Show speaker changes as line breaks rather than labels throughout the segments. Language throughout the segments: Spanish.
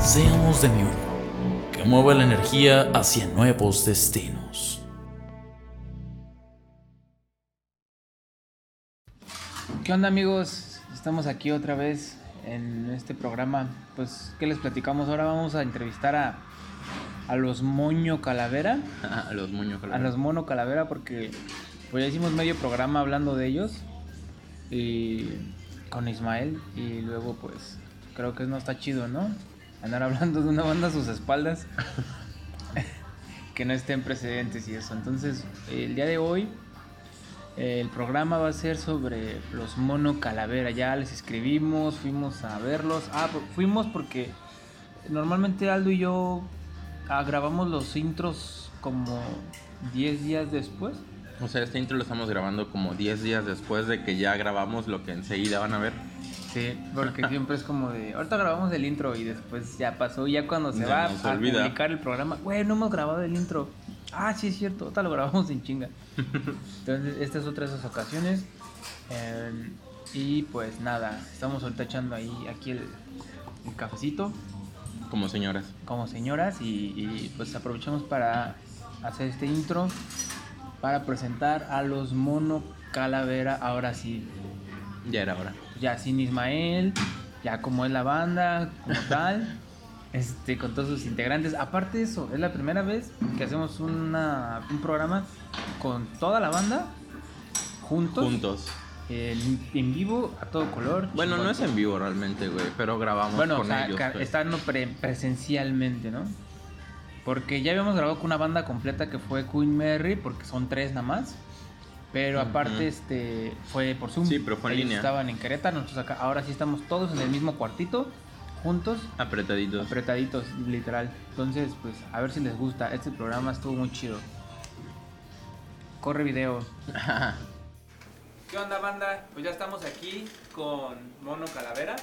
Seamos de Miura, que mueva la energía hacia nuevos destinos.
¿Qué onda amigos? Estamos aquí otra vez en este programa. Pues, ¿qué les platicamos? Ahora vamos a entrevistar a, a los Moño Calavera.
A los moños,
A los Mono Calavera porque pues ya hicimos medio programa hablando de ellos. Y con Ismael. Y luego pues creo que no está chido, ¿no? Andar hablando de una banda a sus espaldas. que no estén precedentes y eso. Entonces, el día de hoy el programa va a ser sobre los mono calavera. Ya les escribimos, fuimos a verlos. Ah, pu- fuimos porque normalmente Aldo y yo ah, grabamos los intros como 10 días después.
O sea, este intro lo estamos grabando como 10 días después de que ya grabamos lo que enseguida van a ver.
Sí, porque siempre es como de, ahorita grabamos el intro y después ya pasó, y ya cuando se
Se
va a
nos olvida.
publicar el programa, güey, no hemos grabado el intro. Ah, sí es cierto, ahorita lo grabamos en chinga. Entonces, esta es otra de esas ocasiones. Eh, y pues nada, estamos ahorita echando ahí aquí el, el cafecito
Como señoras.
como señoras y, y, pues aprovechamos para hacer este intro para presentar a los mono calavera ahora sí
Ya era hora.
ya sin Ismael, ya como es la banda, como tal, este, con todos sus integrantes. Aparte de eso, es la primera vez que hacemos una, un programa con toda la banda, juntos,
Juntos.
en, en vivo, a todo color.
Bueno, no es en vivo realmente, güey, pero grabamos
Bueno, o
con
sea,
ellos. pues.
ca-
güey.
estando pre- presencialmente, ¿no? Porque ya habíamos grabado con una banda completa que fue Queen Mary, porque son tres nada más. Pero aparte,
Ujú.
este, fue por Zoom.
Sí, pero fue en
Ellos
línea.
Estaban en Querétaro, nosotros acá. Ahora sí estamos todos en el mismo cuartito, juntos,
Apretaditos.
apretaditos, literal. Entonces, pues, a ver si les gusta. Este programa estuvo muy chido. Corre video. ¿Qué onda, banda? Pues ya estamos aquí con Mono Calavera.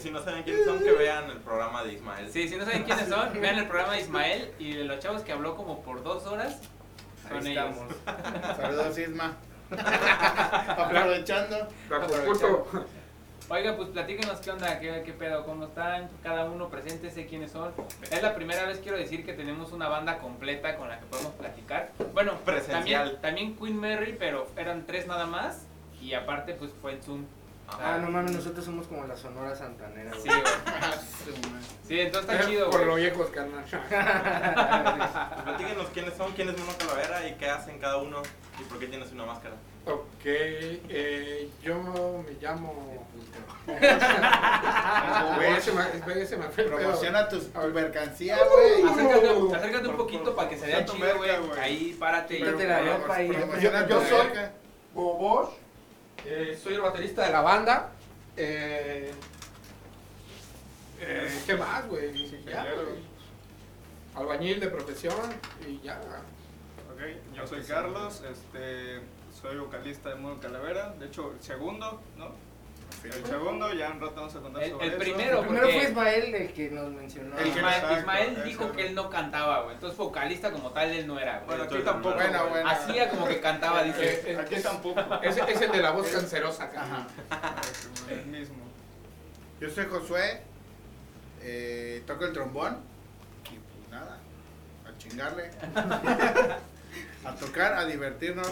Si no saben quiénes son, que vean el programa de Ismael.
Sí, si no saben quiénes son, vean el programa de Ismael y de los chavos que habló como por dos horas con
Ahí
ellos.
estamos. Saludos, Isma. Aprovechando.
Oiga, pues platíquenos qué onda, qué, qué pedo, cómo están, cada uno preséntese quiénes son. Es la primera vez, quiero decir, que tenemos una banda completa con la que podemos platicar. Bueno,
Presencial.
También, también Queen Mary, pero eran tres nada más y aparte pues fue en Zoom.
Ah, no mames, nosotros somos como la Sonora Santanera, güey.
Sí, güey. Sí, entonces está chido,
Por lo
güey.
viejos, carnal.
Platíquenos quiénes son, quién es Mono Calavera y qué hacen cada uno y por qué tienes una máscara.
ok, eh, yo me llamo. Güey, se me, güey, se me fue el pedo.
Promociona tus tu mercancía, güey.
Acércate, acércate un poquito para que se vea
tu
chido, güey.
merca, güey.
Ahí, párate. y-
Quítate la ropa y-
Promociona
Uh. Yo- yo
tu
soy-
marca. Bobosh, eh, soy el baterista de la banda. Eh, eh, ¿Qué más, güey? Ya, güey. Albañil de profesión y ya.
Ok, yo soy Carlos, este, soy vocalista de Mono Calavera, de hecho el segundo, ¿no? El segundo, ya en rato vamos a contar
El-
sobre
el
eso.
primero,
Primero
porque-
fue Ismael el que nos mencionó.
El que
Ismael,
Exacto,
Ismael dijo
exacto.
que él no cantaba, güey. Entonces vocalista como tal él no era, güey.
Bueno, aquí
Entonces,
tampoco.
bueno,
güey.
bueno.
Hacía como que cantaba, dice.
Eh, eh,
Aquí tampoco.
Es, es el de la voz cancerosa, carnal.
El mismo.
Yo soy Josué. eh, toco el trombón. Y pues nada. A chingarle. a tocar, a divertirnos.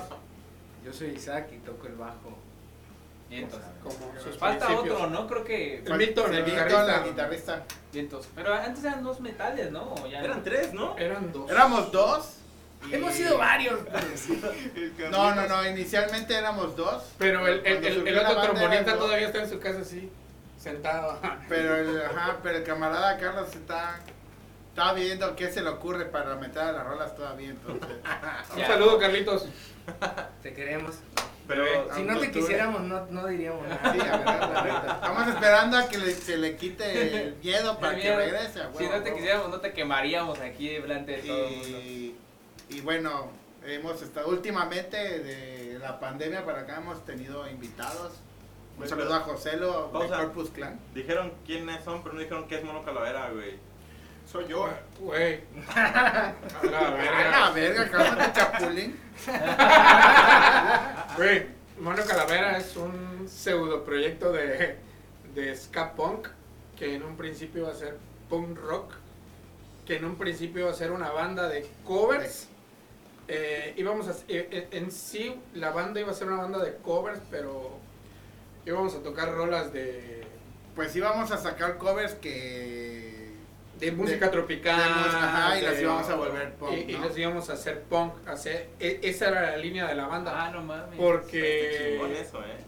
Yo soy Isaac y toco el bajo.
Vientos.
Como sus
pues, Falta
principios.
otro, ¿no? Creo que.
El Víctor,
el
el
Víctor,
guitarrista.
la guitarrista.
Vientos. Pero antes eran dos metales, ¿no? O ya no.
Eran tres, ¿no?
Eran Pues, dos.
Éramos dos. y-
Hemos sido varios.
El Carlitos.
No, no, no. Inicialmente éramos dos.
Pero el, el,
Cuando
el,
subió
el
la
otro
banda
trombonista
eran dos.
todavía está en su casa así, sentado.
Pero el, ajá, pero el camarada Carlos está, está viendo qué se le ocurre para meter a las rolas todavía, entonces.
Un
Ya.
saludo, Carlitos.
Te queremos.
Pero
Ah,
Si no te
tú- tú-
quisiéramos, no, no diríamos nada.
Sí, la verdad, la neta. Estamos esperando a que le- se le quite el miedo para
El
que
miedo.
regrese. a
Si
huevo,
no
a
te
huevo.
quisiéramos, no te quemaríamos aquí delante de todo el mundo.
Y, y bueno, hemos estado últimamente de la pandemia para acá, hemos tenido invitados. Un
Güey,
saludo
pero-
a Joselo de
pausa.
Corpus Clan.
Dijeron quiénes son, pero no dijeron qué es mono calavera, güey.
Soy yo. Güey. A la
A
verga.
Ah, la verga, cálmate, Chapulín.
Güey, Mono Calavera es un pseudo proyecto de, de ska punk que en un principio iba a ser punk rock, que en un principio iba a ser una banda de covers. Eh, íbamos a- eh, eh, en sí la banda iba a ser una banda de covers, pero íbamos a tocar rolas de,
Pues íbamos a sacar covers que.
de música
de
tropical.
música, ajá, y
de-
las íbamos a volver punk,
Y, y
¿no?
las íbamos a hacer punk. Hacer, e- esa era la línea de la banda.
Ah, no mames.
porque...
Chingón eso, eh.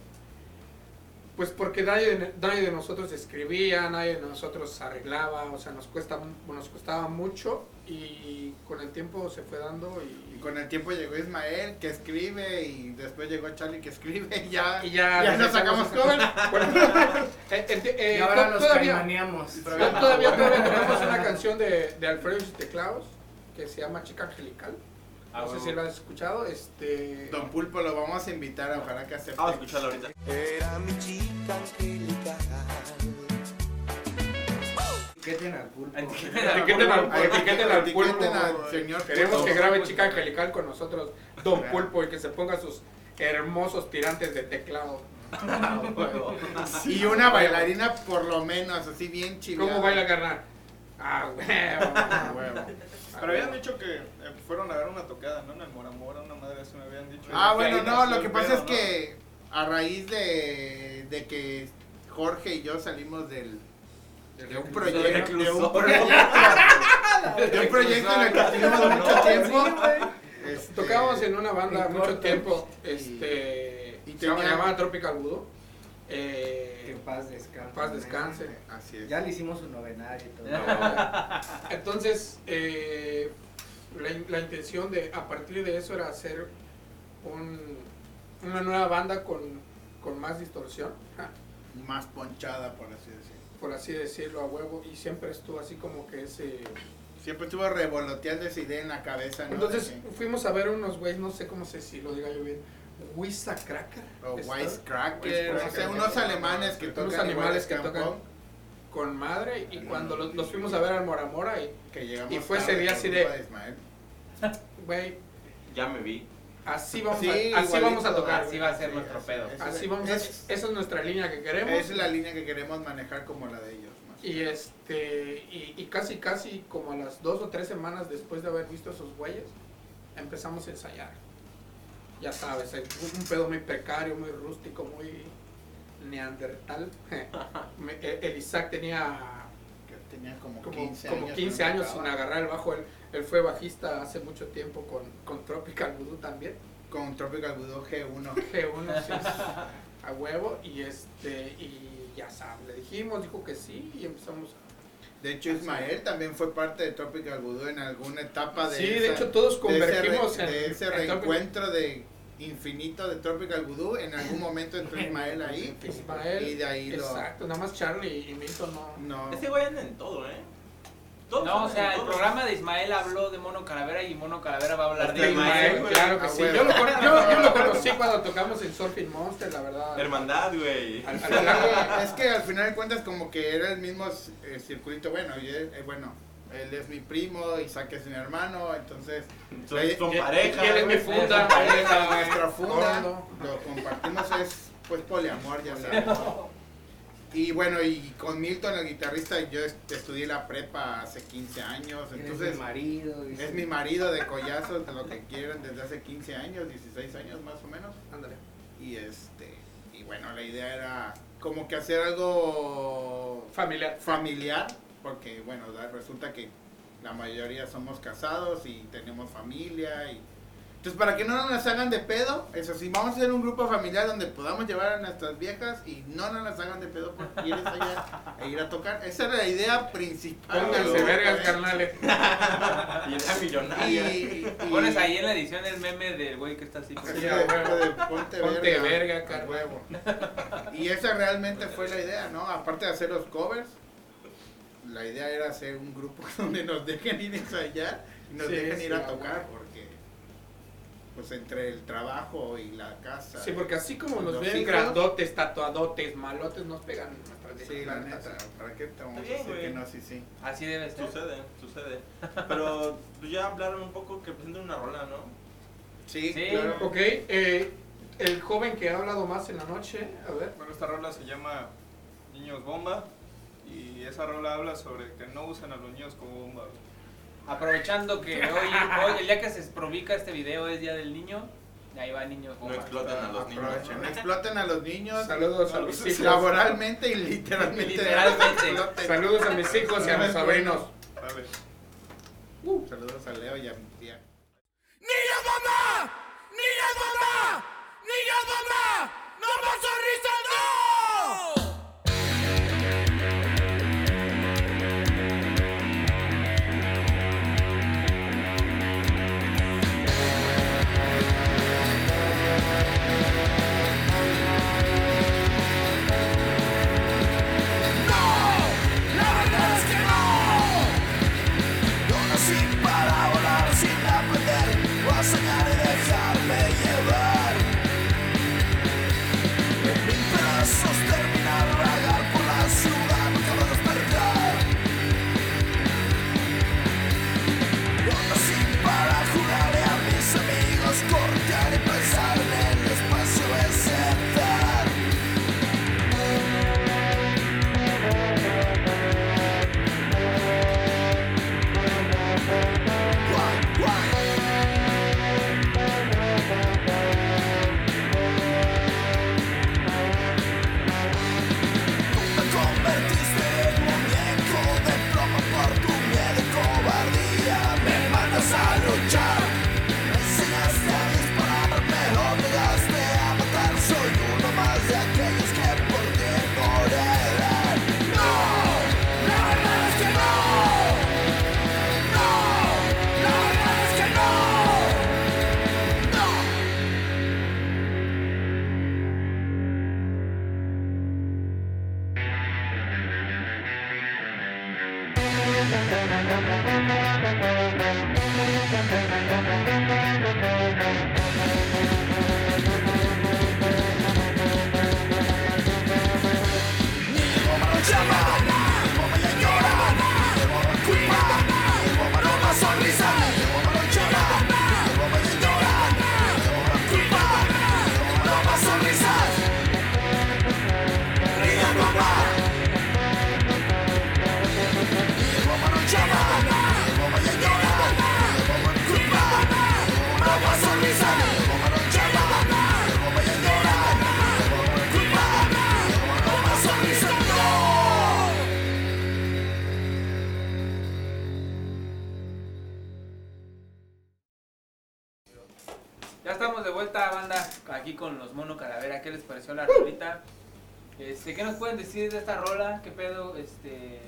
Pues porque nadie, de- nadie de nosotros escribía, nadie de nosotros arreglaba, o sea, nos, cuesta, mu- nos costaba mucho y con el tiempo se fue dando
Y
y,
con el tiempo llegó Ismael que escribe y después llegó Charlie que escribe y ya.
y ya...
ya nos sacamos covers.
Bueno, eh, eh, eh,
Y ahora
to-
nos
todavía,
caimaneamos.
todavía, todavía tenemos una canción de, de Alfredo y sus teclados que se llama Chica Angelical.
Ah,
No sé
huevo.
si lo has escuchado. Este...
Don Pulpo lo vamos a invitar, ojalá que acepte.
Vamos a escucharlo ahorita.
Era mi chica angelical.
Etiqueten al pulpo.
Etiqueten al- etiqueten al
Etiqueten
pulpo.
al señor
Queremos
Pulpo.
que grabe Chica Angelical con nosotros, Don Pulpo, y que se ponga sus hermosos tirantes de teclado.
Y una bailarina por lo menos, así bien chilada.
¿Cómo baila carnal? Ah, huevo, ah, huevo.
Pero habían dicho que eh, fueron a dar una tocada, ¿no? En el Mora Mora, una madre así me habían dicho.
Ah,
Que ahí
bueno, no,
nació
lo
el
que pasa
pedo,
es que a raíz de, de que Jorge y yo salimos del de un proyecto de un proyecto, de un proyecto en el que estuvimos mucho tiempo. este,
pues, Tocábamos en una banda
En
mucho
corto.
tiempo, este,
Y
y se
tenía-
llamaba Tropical Voodoo.
Que
Eh,
en paz descanse.
paz descanse.
Así es.
Ya le hicimos un novenario y todo.
Entonces, eh, la, in- la intención de a partir de eso era hacer un- una nueva banda con, con más distorsión, ja,
Más ponchada, por así decirlo.
por así decirlo, a huevo, y siempre estuvo así como que ese...
Siempre estuvo revoloteando esa idea en la cabeza, ¿no?
Entonces
De que-
fuimos a ver unos güeyes, no sé cómo se si lo diga yo bien, Wisa Cracker.
o
¿está?
oh, Wisecracker, o sea,
Wisecracker.
unos alemanes que
Unos
tocan
animales
iguales
que
un
tocan.
punk,
Con madre,
Ah,
y cuando los, los fuimos a ver al Mora Mora, y,
que llegamos
Y fue ese
tarde
día
con
así
culpa
de-
Ismael.
güey,
Ya me vi.
así vamos,
Sí,
a, así vamos a
igualito,
tocar.
Así va a ser
Sí,
nuestro
así-
pedo.
así
Así vamos a-
Es-
esa es nuestra línea que queremos.
Es la línea que queremos manejar como la de ellos. más o
Y este y, y casi casi como a las dos o tres semanas después de haber visto esos güeyes, empezamos a ensayar. Ya sabes, eh, un un pedo muy precario, muy rústico, muy neandertal. Me- eh, El Isaac tenía
que tenía como,
como
15
como
años.
15
¿no?
años sin
Tocaba.
agarrar el bajo. Él, él fue bajista hace mucho tiempo con, con Tropical Voodoo también.
Con Tropical Voodoo G1.
G1 sí, a huevo y este y ya sabes, le dijimos, dijo que sí y empezamos a
De hecho, Ismael también fue parte de Tropical Voodoo en alguna etapa de
Sí,
esa-
de hecho todos
de ese re-
convertimos en-
de ese
en Tropical-
reencuentro de infinito de Tropical Voodoo. En algún momento entró Ismael ahí.
Ismael,
Y de ahí lo-
Exacto, nada más Charlie y Milton no.
No.
Ese güey anda en todo, eh. Todos
No, o
andan en
sea, el
todo.
programa de Ismael habló de Mono Calavera y Mono Calavera va a hablar
De
de Ismael.
güey.
claro que
Ah,
sí.
güey.
Yo lo, con- yo- yo lo conocí cuando tocamos en Surfing Monster, la verdad.
Hermandad, güey.
Al- a lo largo de-
Es que al final de cuentas como que era el mismo eh, circuito. Bueno, y él, eh, bueno, él es mi primo, Isaac es mi hermano, entonces...
Son, son
y-
pareja.
y él es mi
güey.
funda, él es la-
nuestra funda
Gordo.
lo compartimos es pues poliamor ya sabes y bueno y con Milton el guitarrista yo est- estudié la prepa hace 15 años
Entonces,
entonces
mi marido. dice.
es mi marido de collazos de lo que quieran desde hace 15 años 16 años más o menos
Ándale.
y este y bueno la idea era como que hacer algo
Familiar.
familiar, porque bueno, da- resulta que la mayoría somos casados y tenemos familia y Entonces, para que no nos hagan de pedo, eso sí, vamos a hacer un grupo familiar donde podamos llevar a nuestras viejas y no nos las hagan de pedo por quieres allá e ir a tocar. Esa era la idea principal. del
Pónganse
grupo,
vergas,
¿eh?
carnales.
Y era millonario.
Y, y-
Pones ahí en la edición el meme del güey que está así.
Sí,
Ya,
de-
huevo.
de ponte,
Ponte verga,
a
carnal.
huevo. Y esa realmente fue la idea, ¿no? Aparte de hacer los covers, la idea era hacer un grupo donde nos dejen ir a ensayar y nos
Sí,
dejen
sí,
ir
a
a tocar, porque pues entre el trabajo y la casa.
Sí, porque así como nos
Los
ven
hijos.
grandotes, tatuadotes, malotes, nos pegan en nuestras
Sí, la
viejas,
neta, ¿para qué te vamos a
Está
decir
bien,
que
güey.
no? Sí, sí.
Así debe ser.
Sucede, sucede. Pero pues, ya hablaron un poco que presenten una rola, ¿no?
Sí,
Sí.
claro.
Ok, eh, el joven que ha hablado más en la noche, a ver.
Bueno, esta rola se llama Niños Bomba y esa rola habla sobre que no usen a los niños como bomba. güey.
Aprovechando que hoy, hoy, el día que se probica este video es Día del Niño, y ahí va niño.
No exploten a los niños.
Aprovechen, exploten a los niños
Saludos a mis
sí,
hijos.
laboralmente y literalmente.
Literalmente.
Exploten.
Saludos a mis hijos y a mis sobrinos.
Dale.
Saludos a Leo y a mi tía.
La verdad es que no. Yo nací para volar sin aprender o a soñar y dejarme llevar. En mil pedazos terminar vagar por la ciudad nunca va a despertar. Yo nací para jugar a mis amigos, cortar y pensar en el espacio de sentar. Guay, guay. Te convertiste en muñeco de plomo por tu miedo y cobardía. Me mandas a luchar, me enseñaste a disparar, me obligaste a matar. Soy uno más de aquellos que por ti morirán. No, la verdad es que no. No, la verdad es que no. No.
Ya estamos de vuelta, banda, aquí con los Mono Calavera. ¿Qué les pareció la rolita? Este, ¿Qué nos pueden decir de esta rola? ¿Qué pedo? Este,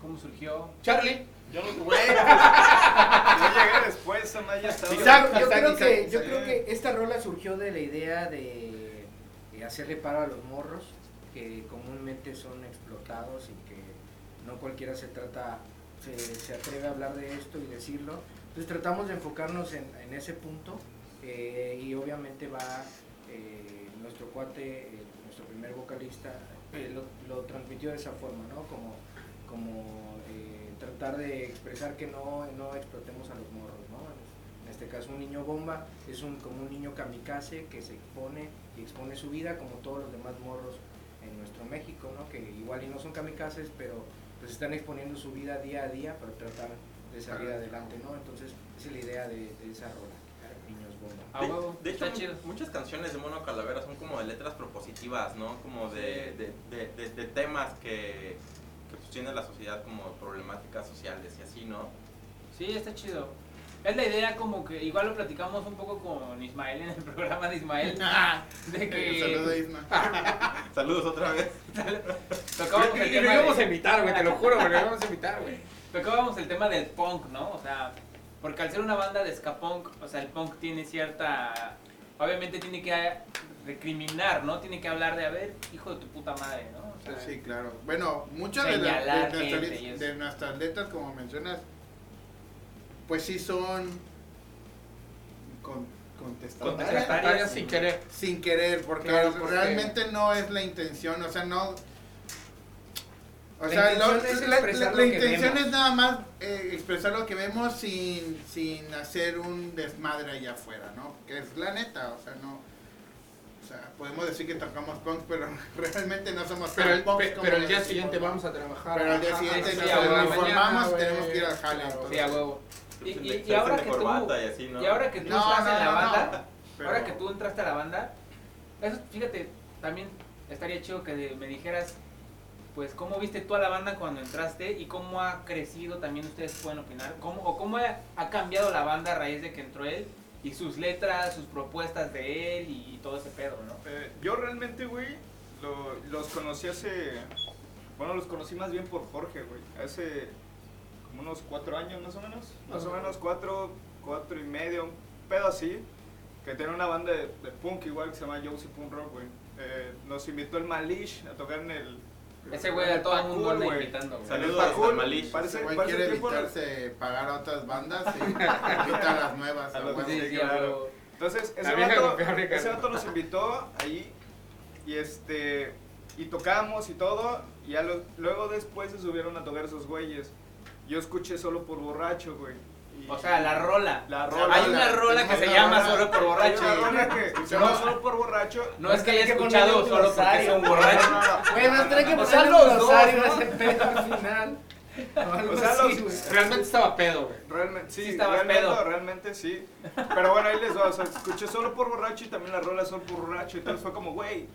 ¿Cómo surgió?
Charlie,
Yo no güey, pues, yo llegué después, Anaya estaba.
yo,
Isaac, Isaac,
creo
Isaac,
que, yo
Isaac.
creo que esta rola surgió de la idea de, de hacerle paro a los morros que comúnmente son explotados y que no cualquiera se trata, se, se atreve a hablar de esto y decirlo. Entonces tratamos de enfocarnos en, en ese punto eh, y obviamente va eh, nuestro cuate, eh, nuestro primer vocalista, eh, lo, lo transmitió de esa forma, ¿no? Como, como eh, tratar de expresar que no, no explotemos a los morros, ¿no? en este caso un niño bomba, es un, como un niño kamikaze que se expone y expone su vida como todos los demás morros en nuestro México, ¿no? que igual y no son kamikazes, pero pues están exponiendo su vida día a día para tratar de salir adelante, ¿no? Entonces, esa es la idea de, de esa rola, niños bomba.
A
De-
huevo.
De, hecho,
está chido.
mu- muchas canciones de Mono Calavera son como de letras propositivas, ¿no? Como de, de- de- de- de temas que, que pues, tiene la sociedad como problemáticas sociales y así, ¿no?
Sí, está chido. Es la idea como que, igual lo platicamos un poco con Ismael en el programa de Ismael, de que...
Saludos a Isma.
Saludos otra vez.
Tocábamos
Y-
el
y- y lo
tema
íbamos a
de-
imitar, güey, te lo juro, güey, lo íbamos a imitar, güey.
tocábamos el tema del punk, ¿no? O sea, porque al ser una banda de ska punk, o sea, el punk tiene cierta... Obviamente tiene que recriminar, ¿no? Tiene que hablar de, a ver, hijo de tu puta madre, ¿no? O sea,
Sí, claro. Bueno, muchas de, la- de
Señalar
nuestras,
gente y
li-
eso.
de nuestras letras, como mencionas, pues sí son con, contestatarias.
Contestatarias.
Tarea sin querer.
Sin querer, porque
Claro, porque-
realmente no es la intención, o sea, no... O
La
sea, lo-
intención es
la,
expresar
la-
lo
la
que
intención
vemos.
es nada más eh, expresar lo que vemos sin, sin hacer un desmadre allá afuera, ¿no? Que es la neta, o sea, no... O sea, podemos decir que tocamos punk, pero realmente no somos
Pero el,
punk.
pe-
como
pero el día
decimos,
siguiente
¿no?
vamos a trabajar.
Pero al día
Ajá,
siguiente
sí,
nos
sí, a huevo,
uniformamos,
mañana,
tenemos
güey.
que ir al jale, entonces.
Sí, a huevo. Y, y- y
Se hacen
ahora
de
que tú,
corbata y así, ¿no?
y ahora que tú
No,
estás
no,
en la
no, no.
banda,
Pero-
Ahora que tú entraste a la banda, eso, fíjate, también estaría chido que de- me dijeras, pues, cómo viste tú a la banda cuando entraste y cómo ha crecido, también ustedes pueden opinar, cómo, o cómo ha, ha cambiado la banda a raíz de que entró él y sus letras, sus propuestas de él y, todo ese pedo, ¿no?
Eh, yo realmente, güey, lo- los conocí hace. Bueno, los conocí más bien por Jorge, güey. Hace como unos cuatro años, más o menos. Más o menos cuatro, cuatro y medio, un pedo así. Que tiene una banda de, de punk igual que se llama Josie Punk Rock, güey. Eh, nos invitó el Malish a tocar en el.
Ese güey a todo el mundo
Pacul,
anda
güey.
invitando, güey.
Saludos
El Pacul,
al Malish.
Parece,
Ese güey
parece
quiere
tipo-
evitarse pagar a otras bandas y invita a las nuevas.
A
a
los-
huevo.
Sí,
sí,
sí,
claro.
pero-
Entonces,
La
ese
vieja
vato,
confiable,
ese
carnal.
vato nos invitó ahí y este y tocamos y todo. Y ya lo- luego después se subieron a tocar esos güeyes. Yo escuché solo por borracho, güey. Y-
O sea, la rola.
La
O sea,
rola,
hay una
la-
rola que
tenemos
se
una
llama
rola.
Solo por
Hay
borracho.
una rola que se llama solo por borracho.
No es que haya
tiene poner
escuchado
un
solo porque
glosario,
son
güey.
borrachos.
No, no, no.
Bueno, trae que
O
pasar
sea,
los
los dos,
rosario
¿no?
ese pedo al final. O, algo
O sea,
así,
los-
güey.
Realmente estaba pedo, güey.
Realmente, sí,
Sí estabas
realmente,
pedo.
realmente sí. Pero bueno, ahí les va. O sea, escuché solo por borracho y también la rola solo por borracho. Entonces fue como, güey,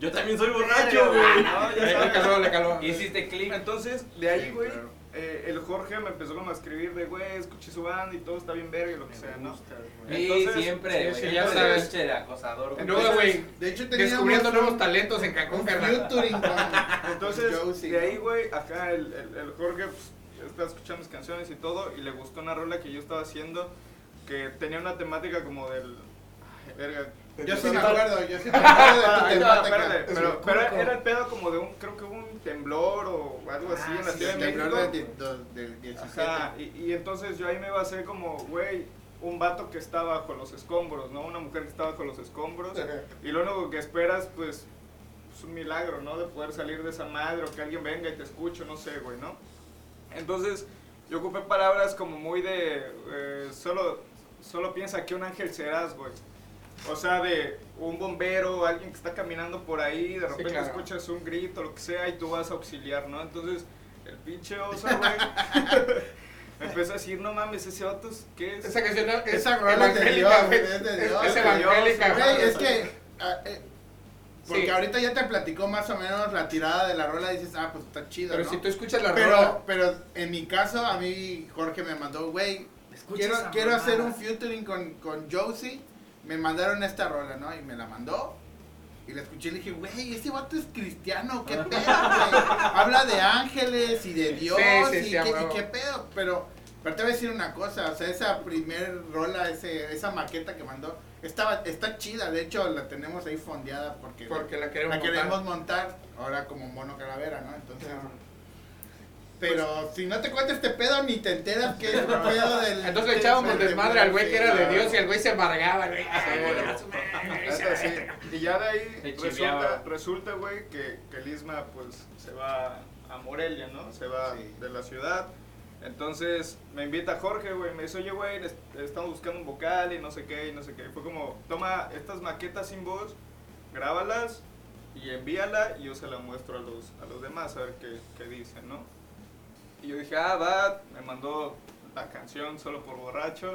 Yo también soy borracho, güey.
no, ya
Le
sabes.
caló, le caló.
Hiciste clic.
Entonces, de ahí,
Sí,
güey,
claro.
eh, el Jorge me empezó como a escribir de, güey, escuché su banda y todo está bien verga y lo que sea, ¿no?
Sí,
Entonces,
sí,
siempre,
sí,
güey.
ya
Ya
sabes.
sabes, el acosador, güey.
Luego, güey,
De hecho,
descubriendo
teníamos
nuevos talentos en Cancún,
un
carnal.
featuring con- con
Entonces,
Josie,
de ahí,
¿no?
güey, acá el, el- el Jorge pues, estaba escuchando mis canciones y todo y le gustó una rola que yo estaba haciendo que tenía una temática como del... ay, Verga.
Yo sí me
estaba-
acuerdo, yo sí me acuerdo de tu
Ah, no, espérate,
temática.
pero, pero era el pedo como de un, creo que hubo un temblor o algo así en la
Ah, Sí,
Ciudad
el
de México.
temblor del di- dos- del 17.
Ajá, y, y entonces yo ahí me basé como, güey, un vato que está bajo los escombros, ¿no? Una mujer que está bajo los escombros. Y lo único que esperas, pues, es un milagro, ¿no? De poder salir de esa madre o que alguien venga y te escuche, no sé, güey, ¿no? Entonces yo ocupé palabras como muy de, eh, solo, solo piensa que un ángel serás, güey. O sea, de un bombero, alguien que está caminando por ahí, de repente
claro.
escuchas un grito, lo que sea, y tú vas a auxiliar, ¿no? Entonces, el pinche oso, güey, empezó a decir, no mames, ese vato, es- ¿qué es?
Esa canción es
Esa rola es de
evangélica,
Dios,
güey.
es de Dios,
Es
de
evangélica,
Güey,
güey.
es que. ah, eh, porque
Sí.
ahorita ya te platicó más o menos la tirada de la rola y dices, ah, pues está chido.
Pero
¿no?
si tú escuchas la rola,
Pero, pero en mi caso, a mí Jorge me mandó, güey,
Escucha
quiero,
esa
quiero hacer un
mamada.
featuring con, con Josie. Me mandaron esta rola, ¿no? Y me la mandó. Y la escuché y le dije, güey, ese vato es cristiano, qué pedo, güey. Habla de ángeles y de Dios
Sí, sí,
y,
sí,
qué,
a
y
huevo.
qué pedo. Pero, pero te voy a decir una cosa, o sea, esa primer rola, ese, esa maqueta que mandó, estaba, está chida. De hecho, la tenemos ahí fondeada porque,
porque la
la
queremos
queremos
montar.
montar ahora como mono calavera, ¿no? Entonces...
Ajá.
Pero si no te cuentas este pedo, ni te enteras que es el pedo del.
Entonces le echábamos
del-
desmadre al güey que era de
Sí,
Dios y el güey se amargaba, güey.
Neta, sí. Y ya de
Se
ahí resulta,
chiveaba.
resulta, güey, que, que el Isma, pues, se va a Morelia, ¿no? Se va
Sí.
de la ciudad. Entonces, me invita Jorge, güey, me dice, oye, güey, es- estamos buscando un vocal y no sé qué, y no sé qué. Fue como, toma estas maquetas sin voz, grábalas y envíala y yo se la muestro a los, a los demás a ver qué, qué dicen, ¿no? Y yo dije, ah, va, me mandó la canción solo por borracho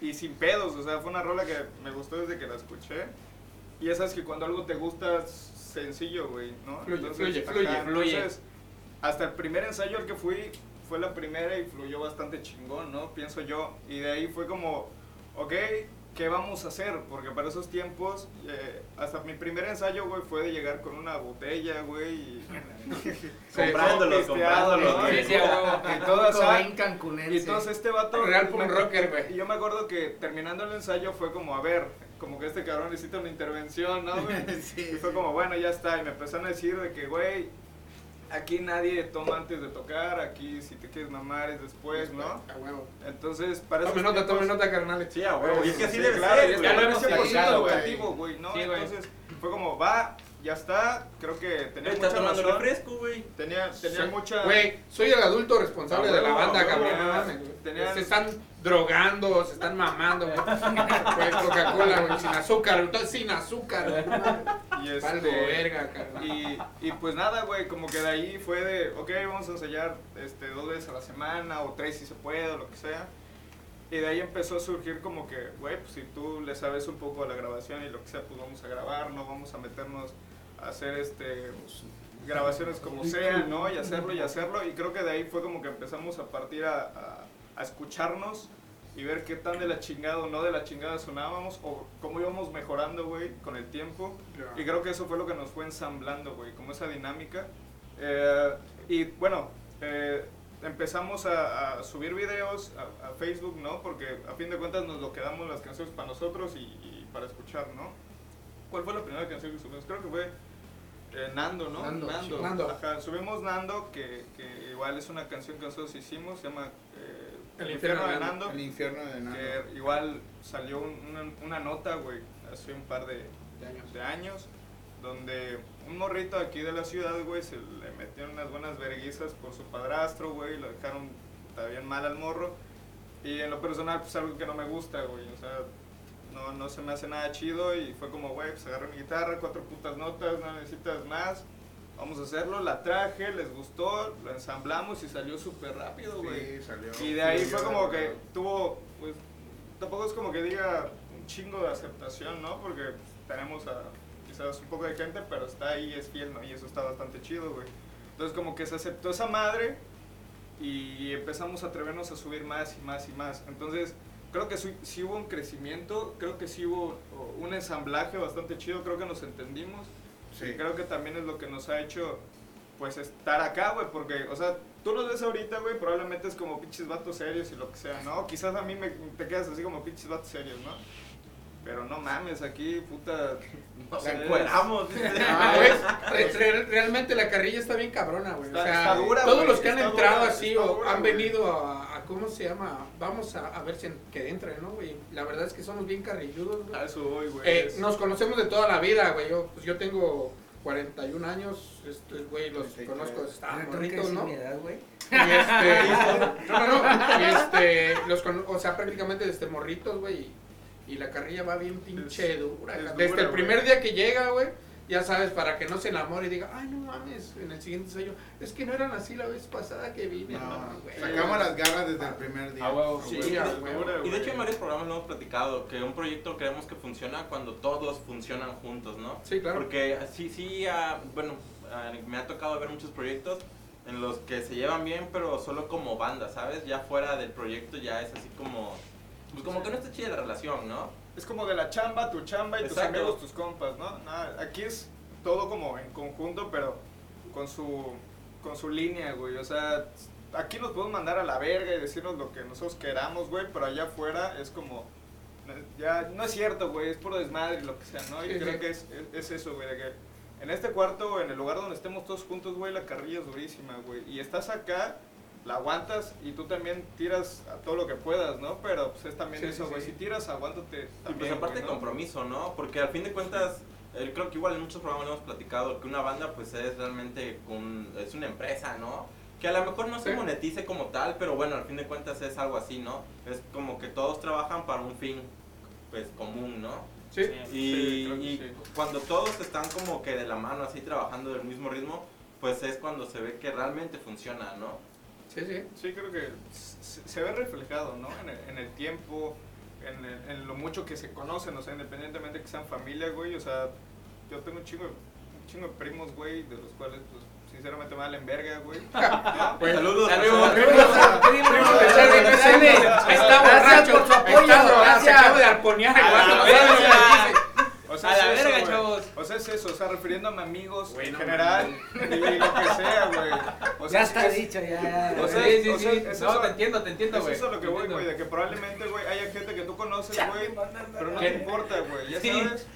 y sin pedos, o sea, fue una rola que me gustó desde que la escuché. Y ya sabes que cuando algo te gusta es sencillo, güey, ¿no?
Fluye, fluye, fluye,
fluye.
Entonces, hasta el primer ensayo al que fui fue la primera y fluyó bastante chingón, ¿no? Pienso yo. Y de ahí fue como, ok, ¿qué vamos a hacer? Porque para esos tiempos, eh, hasta mi primer ensayo, güey, fue de llegar con una botella, güey, y...
Comprándolo, comprándolo,
¿no?
güey.
Y-
Sí, sí, a huevo.
y todas, ah,
Cobain cancunense.
y entonces este vato...
Real punk rocker, güey.
Y yo me acuerdo que terminando el ensayo fue como, a ver, como que este cabrón necesita una intervención, ¿no, güey?
Sí.
Y fue como, bueno, ya está. Y me empezaron a decir de que, güey, aquí nadie toma antes de tocar, aquí si te quieres mamar es después, ¿no?
A huevo.
Entonces, para
Tome
esos
nota,
tiempos-
tome nota, carnal.
Sí, a huevo. Y es que así
Sí,
debe
claro,
ser,
y es
güey.
que no
hemos
era 100%
platicado, güey.
educativo, güey, ¿no?
Sí, güey.
Entonces, fue como, va, ya está, creo que tenía
Está
mucha
tomando
razón.
refresco, güey.
Tenía, tenía
Sí.
mucha...
Güey, soy el adulto responsable
Ah,
de la
huevo,
banda,
huevo,
cabrón.
ya.
no mames, güey.
Tenían-
Se están drogando, se están mamando, güey. Güey, Coca-Cola, güey, sin azúcar, güey, todo sin azúcar, güey.
y
Valgo
este,
verga, carnal.
Y, y pues nada, güey, como que de ahí fue de, ok, vamos a ensayar este, dos veces a la semana o tres si se puede o lo que sea. Y de ahí empezó a surgir como que, güey, pues si tú le sabes un poco a la grabación y lo que sea, pues vamos a grabar, no vamos a meternos a hacer este grabaciones como sea, ¿no? Y hacerlo y hacerlo. Y creo que de ahí fue como que empezamos a partir a, a- a escucharnos y ver qué tan de la chingada o no de la chingada sonábamos o cómo íbamos mejorando, güey, con el tiempo. Y creo que eso fue lo que nos fue ensamblando, güey, como esa dinámica. Eh, y bueno, eh, empezamos a, a subir videos a, a Facebook, ¿no? Porque a fin de cuentas nos lo quedamos las canciones para nosotros y, y para escuchar, ¿no? ¿Cuál fue la primera canción que subimos? Creo que fue eh, Nando, ¿no?
Nando,
Nando.
sí. Nando.
Ajá, subimos Nando, que, que igual es una canción que nosotros hicimos, se llama eh,
El infierno de
El infierno de Nando.
que igual salió un- una, una nota, güey, hace un par de,
De años.
de años, donde un morrito aquí de la ciudad, güey, se le metieron unas buenas verguizas por su padrastro, güey, lo dejaron también mal al morro. Y en lo personal, pues algo que no me gusta, güey, o sea, no, no se me hace nada chido y fue como, güey, pues agarré mi guitarra, cuatro putas notas, no necesitas más. Vamos a hacerlo, la traje, les gustó, lo ensamblamos y salió súper rápido, güey.
Sí, salió.
Y de ahí
Sí,
fue
yo
como que
recuerdo.
tuvo, pues, tampoco es como que diga un chingo de aceptación, ¿no? Porque pues, tenemos a quizás un poco de gente, pero está ahí, es fiel, ¿no? Y eso está bastante chido, güey. Entonces como que se aceptó esa madre y empezamos a atrevernos a subir más y más y más. Entonces creo que sí, sí hubo un crecimiento, creo que sí hubo o, un ensamblaje bastante chido, creo que nos entendimos. Y
Sí.
creo que también es lo que nos ha hecho, pues, estar acá, güey, porque, o sea, tú los ves ahorita, güey, probablemente es como pinches vatos serios y lo que sea, ¿no? Quizás a mí me, te quedas así como pinches vatos serios, ¿no? Pero no mames, aquí, puta...
Nos
eres-
encueramos.
Ah, güey, re- re- realmente la carrilla está bien cabrona, güey. O
este- Está-
sea,
está dura,
todos
güey,
los que han
está
entrado
dura,
así
está
o
dura,
han
güey.
venido a, a- ¿cómo se llama? Vamos a, a ver si en- que entran, ¿no, güey? La verdad es que somos bien carrilludos, güey.
A eso voy, güey.
Eh,
es-
nos conocemos de toda la vida, güey. Yo, pues yo tengo 41 años, este, güey, los
33.
conozco,
Ah,
estaban
creo que
morritos,
sí,
¿no?
mi edad, güey.
Y este, no, no, no, y este, los con- o sea, prácticamente desde morritos, güey, y, y la carrilla va bien pinche
Es-
dura.
es
desde
dura,
el
güey.
primer día que llega, güey, ya sabes, para que no se enamore y diga, ay, no mames, en el siguiente ensayo, es que no eran así la vez pasada que vine.
No,
güey.
sacamos las garras desde el primer día.
A huevo, sí,
güey,
a
es
huevo.
dura,
Y de hecho en
güey.
varios programas lo hemos platicado, que un proyecto creemos que funciona cuando todos funcionan juntos, ¿no?
Sí, claro.
Porque sí, sí, ah, bueno, ah, me ha tocado ver muchos proyectos en los que se llevan bien, pero solo como banda, ¿sabes? Ya fuera del proyecto ya es así como... Pues como que no está chida la relación, ¿no?
Es como de la chamba, tu chamba y
Exacto.
tus amigos, tus compas, ¿no? Nada, aquí es todo como en conjunto, pero con su, con su línea, güey. O sea, aquí nos podemos mandar a la verga y decirnos lo que nosotros queramos, güey, pero allá afuera es como... Ya, no es cierto, güey, es puro desmadre y lo que sea, ¿no? Y
Sí,
creo
sí.
que es, es, es eso, güey, de que en este cuarto, o en el lugar donde estemos todos juntos, güey, la carrilla es durísima, güey. Y estás acá, la aguantas y tú también tiras a todo lo que puedas, ¿no? Pero pues es también
Sí,
eso,
sí,
güey.
sí.
Si tiras, aguántate.
Y
También,
pues aparte
güey, ¿no?
compromiso, ¿no? Porque al fin de cuentas, eh, creo que igual en muchos programas lo hemos platicado, que una banda pues es realmente un- es una empresa, ¿no? Que a lo mejor no se
Sí.
monetice como tal, pero bueno, al fin de cuentas es algo así, ¿no? Es como que todos trabajan para un fin, pues común, ¿no?
Sí,
Y,
Sí, creo que
y
sí.
cuando todos están como que de la mano, así trabajando del mismo ritmo, pues es cuando se ve que realmente funciona, ¿no?
sí, sí.
Sí, creo que se, se ve reflejado, ¿no? En el, en el tiempo, en, el- en lo mucho que se conocen, o sea, independientemente que sean familia, güey. O sea, yo tengo un chingo, de- un chingo de primos, güey, de los cuales, pues, sinceramente me valen verga, güey.
Saludos.
Saludos.
Primo de Charlie, no es él. Está
Gracias
borracho.
por su apoyo,
Está drogado. Se
gracias.
acaba de arponear.
A la
güey.
verga.
O
A la
es eso,
verga,
güey.
chavos.
O sea, es eso, o sea, refiriéndome a amigos
Güey,
en
no
general y lo que sea, güey. O sea,
Ya
sí
está
que es-
dicho, ya.
O sea,
sí, sí,
o sea,
sí.
es
No,
eso.
te entiendo, te entiendo,
Es
güey.
eso lo que
Te
voy,
entiendo.
güey, de que probablemente, güey, haya gente que tú conoces, güey, pero no
¿Qué?
te importa, güey, ya
Sí.
sabes.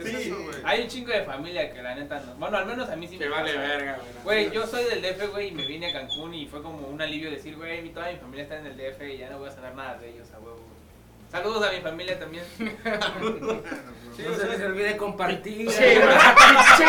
Es
Sí.
eso, güey.
Hay un chingo de familia que la neta no. Bueno, al menos a mí sí
Que
me
vale
pasa.
verga, güey.
Güey, yo soy del DF, güey, y me vine a Cancún y fue como un alivio decir, güey, mi- toda mi familia está en el DF y ya no voy a saber nada de ellos, a huevo. güey. Saludos a mi familia también.
Sí,
No
o
se les
sea,
olvide compartir.
Sí, güey, pinche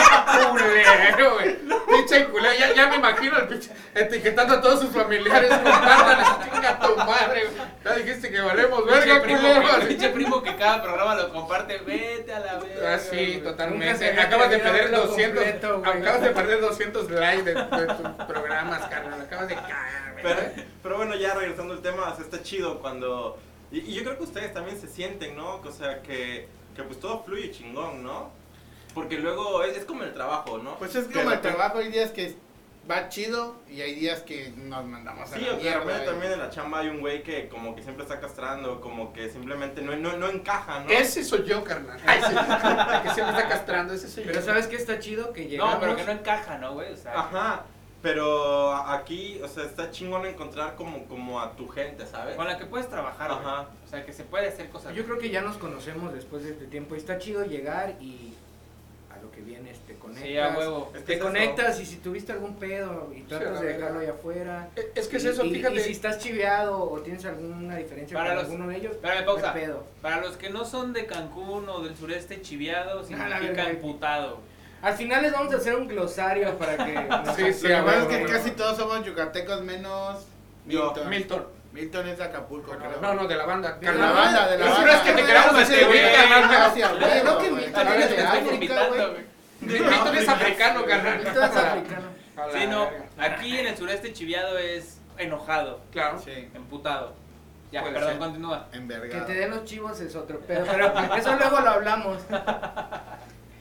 culero, güey. Pinche culero. Ya, ya me imagino el pinche etiquetando a todos sus familiares. Compartan esa chinga tu madre, güey. Ya dijiste que valemos verga,
Pinche primo, güey,
culero.
pinche primo que cada programa lo comparte, vete a la verga.
Ah, sí,
güey.
Nunca se
totalmente.
había
Acabas de
atrevido a
perder
verlo
200.
completo, güey.
acabas de perder 200 likes de, de tus programas, carnal. Acabas de cagar, güey.
Pero, pero bueno, ya regresando al tema, o sea, está chido cuando... Y, y yo creo que ustedes también se sienten, ¿no? O sea, que, que pues todo fluye chingón, ¿no? Porque luego es, es como el trabajo, ¿no?
Pues es
Que
como el
de repente-
trabajo, hay días que va chido y hay días que nos mandamos a
Sí,
la
o que de
mierda.
repente
güey.
también en la chamba hay un güey que como que siempre está castrando, como que simplemente no, no, no encaja, ¿no?
Ese soy yo, carnal. Ay, sí. El que siempre está castrando, ese soy
Pero
yo.
¿sabes qué está chido? Que llegamos.
No, pero que no encaja, ¿no, güey? O sea,
Ajá. Pero a- aquí, o sea, está chingón encontrar como, como a tu gente, ¿sabes?
con la que puedes trabajar, güey.
Ajá.
O sea, que se puede hacer cosas.
Yo creo que ya nos conocemos después de este tiempo. y Está chido llegar y a lo que vienes te conectas.
Sí, a huevo.
Es que
Te
es eso.
conectas y si tuviste algún pedo y tratas
la
de
verga.
dejarlo ahí afuera.
Eh, Es que es eso,
Y- y-
fíjate.
Y si estás chiveado o tienes alguna diferencia
Para
con
los-
alguno de ellos,
Espérame,
no hay
pausa.
pedo.
Para los que no son de Cancún o del sureste, chiviado
la
significa
verga.
emputado.
Al final les vamos a hacer un glosario para que. nos-
Sí,
Lo
sí,
que
a
pasa
huevo,
es que
güey.
casi todos somos yucatecos menos
Yo.
Milton.
Milton.
Milton es de Acapulco, creo.
No, no, de la banda.
De
carnal.
la banda, de la
Los
banda.
puros que te queramos
Milton es
este, güey,
de
carnal.
Asia, güey.
Claro,
Creo que
güey.
Milton
Claro,
es
te
de
estoy
África, güey.
Milton es africano, carnal.
Milton es africano.
A la
Sí, no.
verga.
Aquí en el sureste, chiviado es enojado,
Claro.
Sí,
emputado. Ya,
Puede
perdón,
ser.
continúa.
Que
envergado.
te den los chivos es otro pedo, pero eso luego lo hablamos.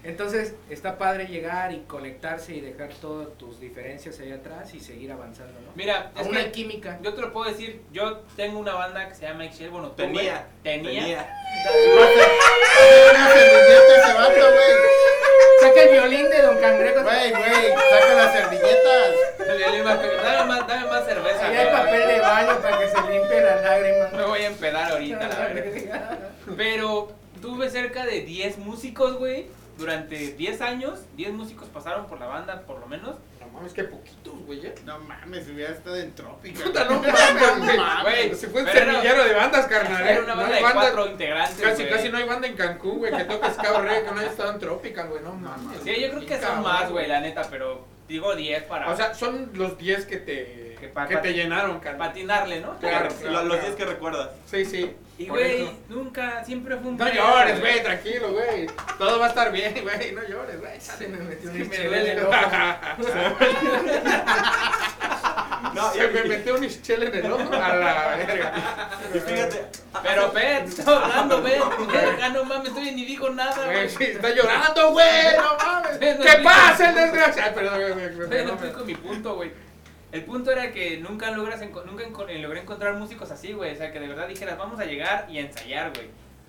Entonces, está padre llegar y conectarse y dejar todas tus diferencias ahí atrás y seguir avanzando, ¿no?
Mira, es
Aún hay
que
química.
yo te lo puedo decir, yo tengo una banda que se llama Excel, bueno, tú,
Tenía,
güey, tenía.
Una servilleta ese vato, güey.
Saca el violín de Don Cangrejo.
Güey, güey, saca las servilletas.
Le- le- Dame más, dame más cerveza.
Ahí
güey,
hay papel de baño para que se limpie la
Me
lágrima.
voy a empedar ahorita, la verdad. Pero tuve cerca de 10 músicos, güey. Durante 10 años, 10 músicos pasaron por la banda, por lo menos.
No mames, qué poquitos, güey. eh.
No mames, hubiera estado en Trópica.
Puta, no mames, güey.
Güey,
Si fue un
pero era-
semillero de bandas, carnal. eh.
Era una
No
banda
hay
de cuatro integrantes.
Casi,
güey.
casi no hay banda en Cancún, güey, que toque Scout Reggae, que no haya estado en Tropical, güey. No mames.
Sí, yo creo que son
Cabrón,
más, güey, la neta, pero digo 10 para
O sea, son los 10 que te,
Que pa-
que
pa-
te llenaron, carnal.
patinarle, ¿no?
Claro,
Lo-
claro,
los
claro.
10 que recuerdas.
Sí, sí.
Y
por
güey,
eso.
nunca, siempre fue un
No
pedo,
llores, güey, tranquilo, güey. Todo va a estar bien, güey. No llores, güey.
Se me metió
Sí,
un
me
chile
duele
en el
el
ojo.
No, y,
Se me metió un ischel en el ojo. A la verga.
y fíjate,
Pero Pet, estoy hablando, Pet. Verga, no mames, estoy ni digo nada,
Güey,
güey.
sí, está llorando, güey. No mames.
Sí, no
¿Qué
explico.
pasa, el desgraciado? Ay, Perdón, güey, güey.
Todavía
güey,
no
no
explico mi punto, güey. El punto era que nunca logras enco- nunca enco- eh, logré encontrar músicos así, güey. O sea, que de verdad dijeras, vamos a llegar y a ensayar, güey.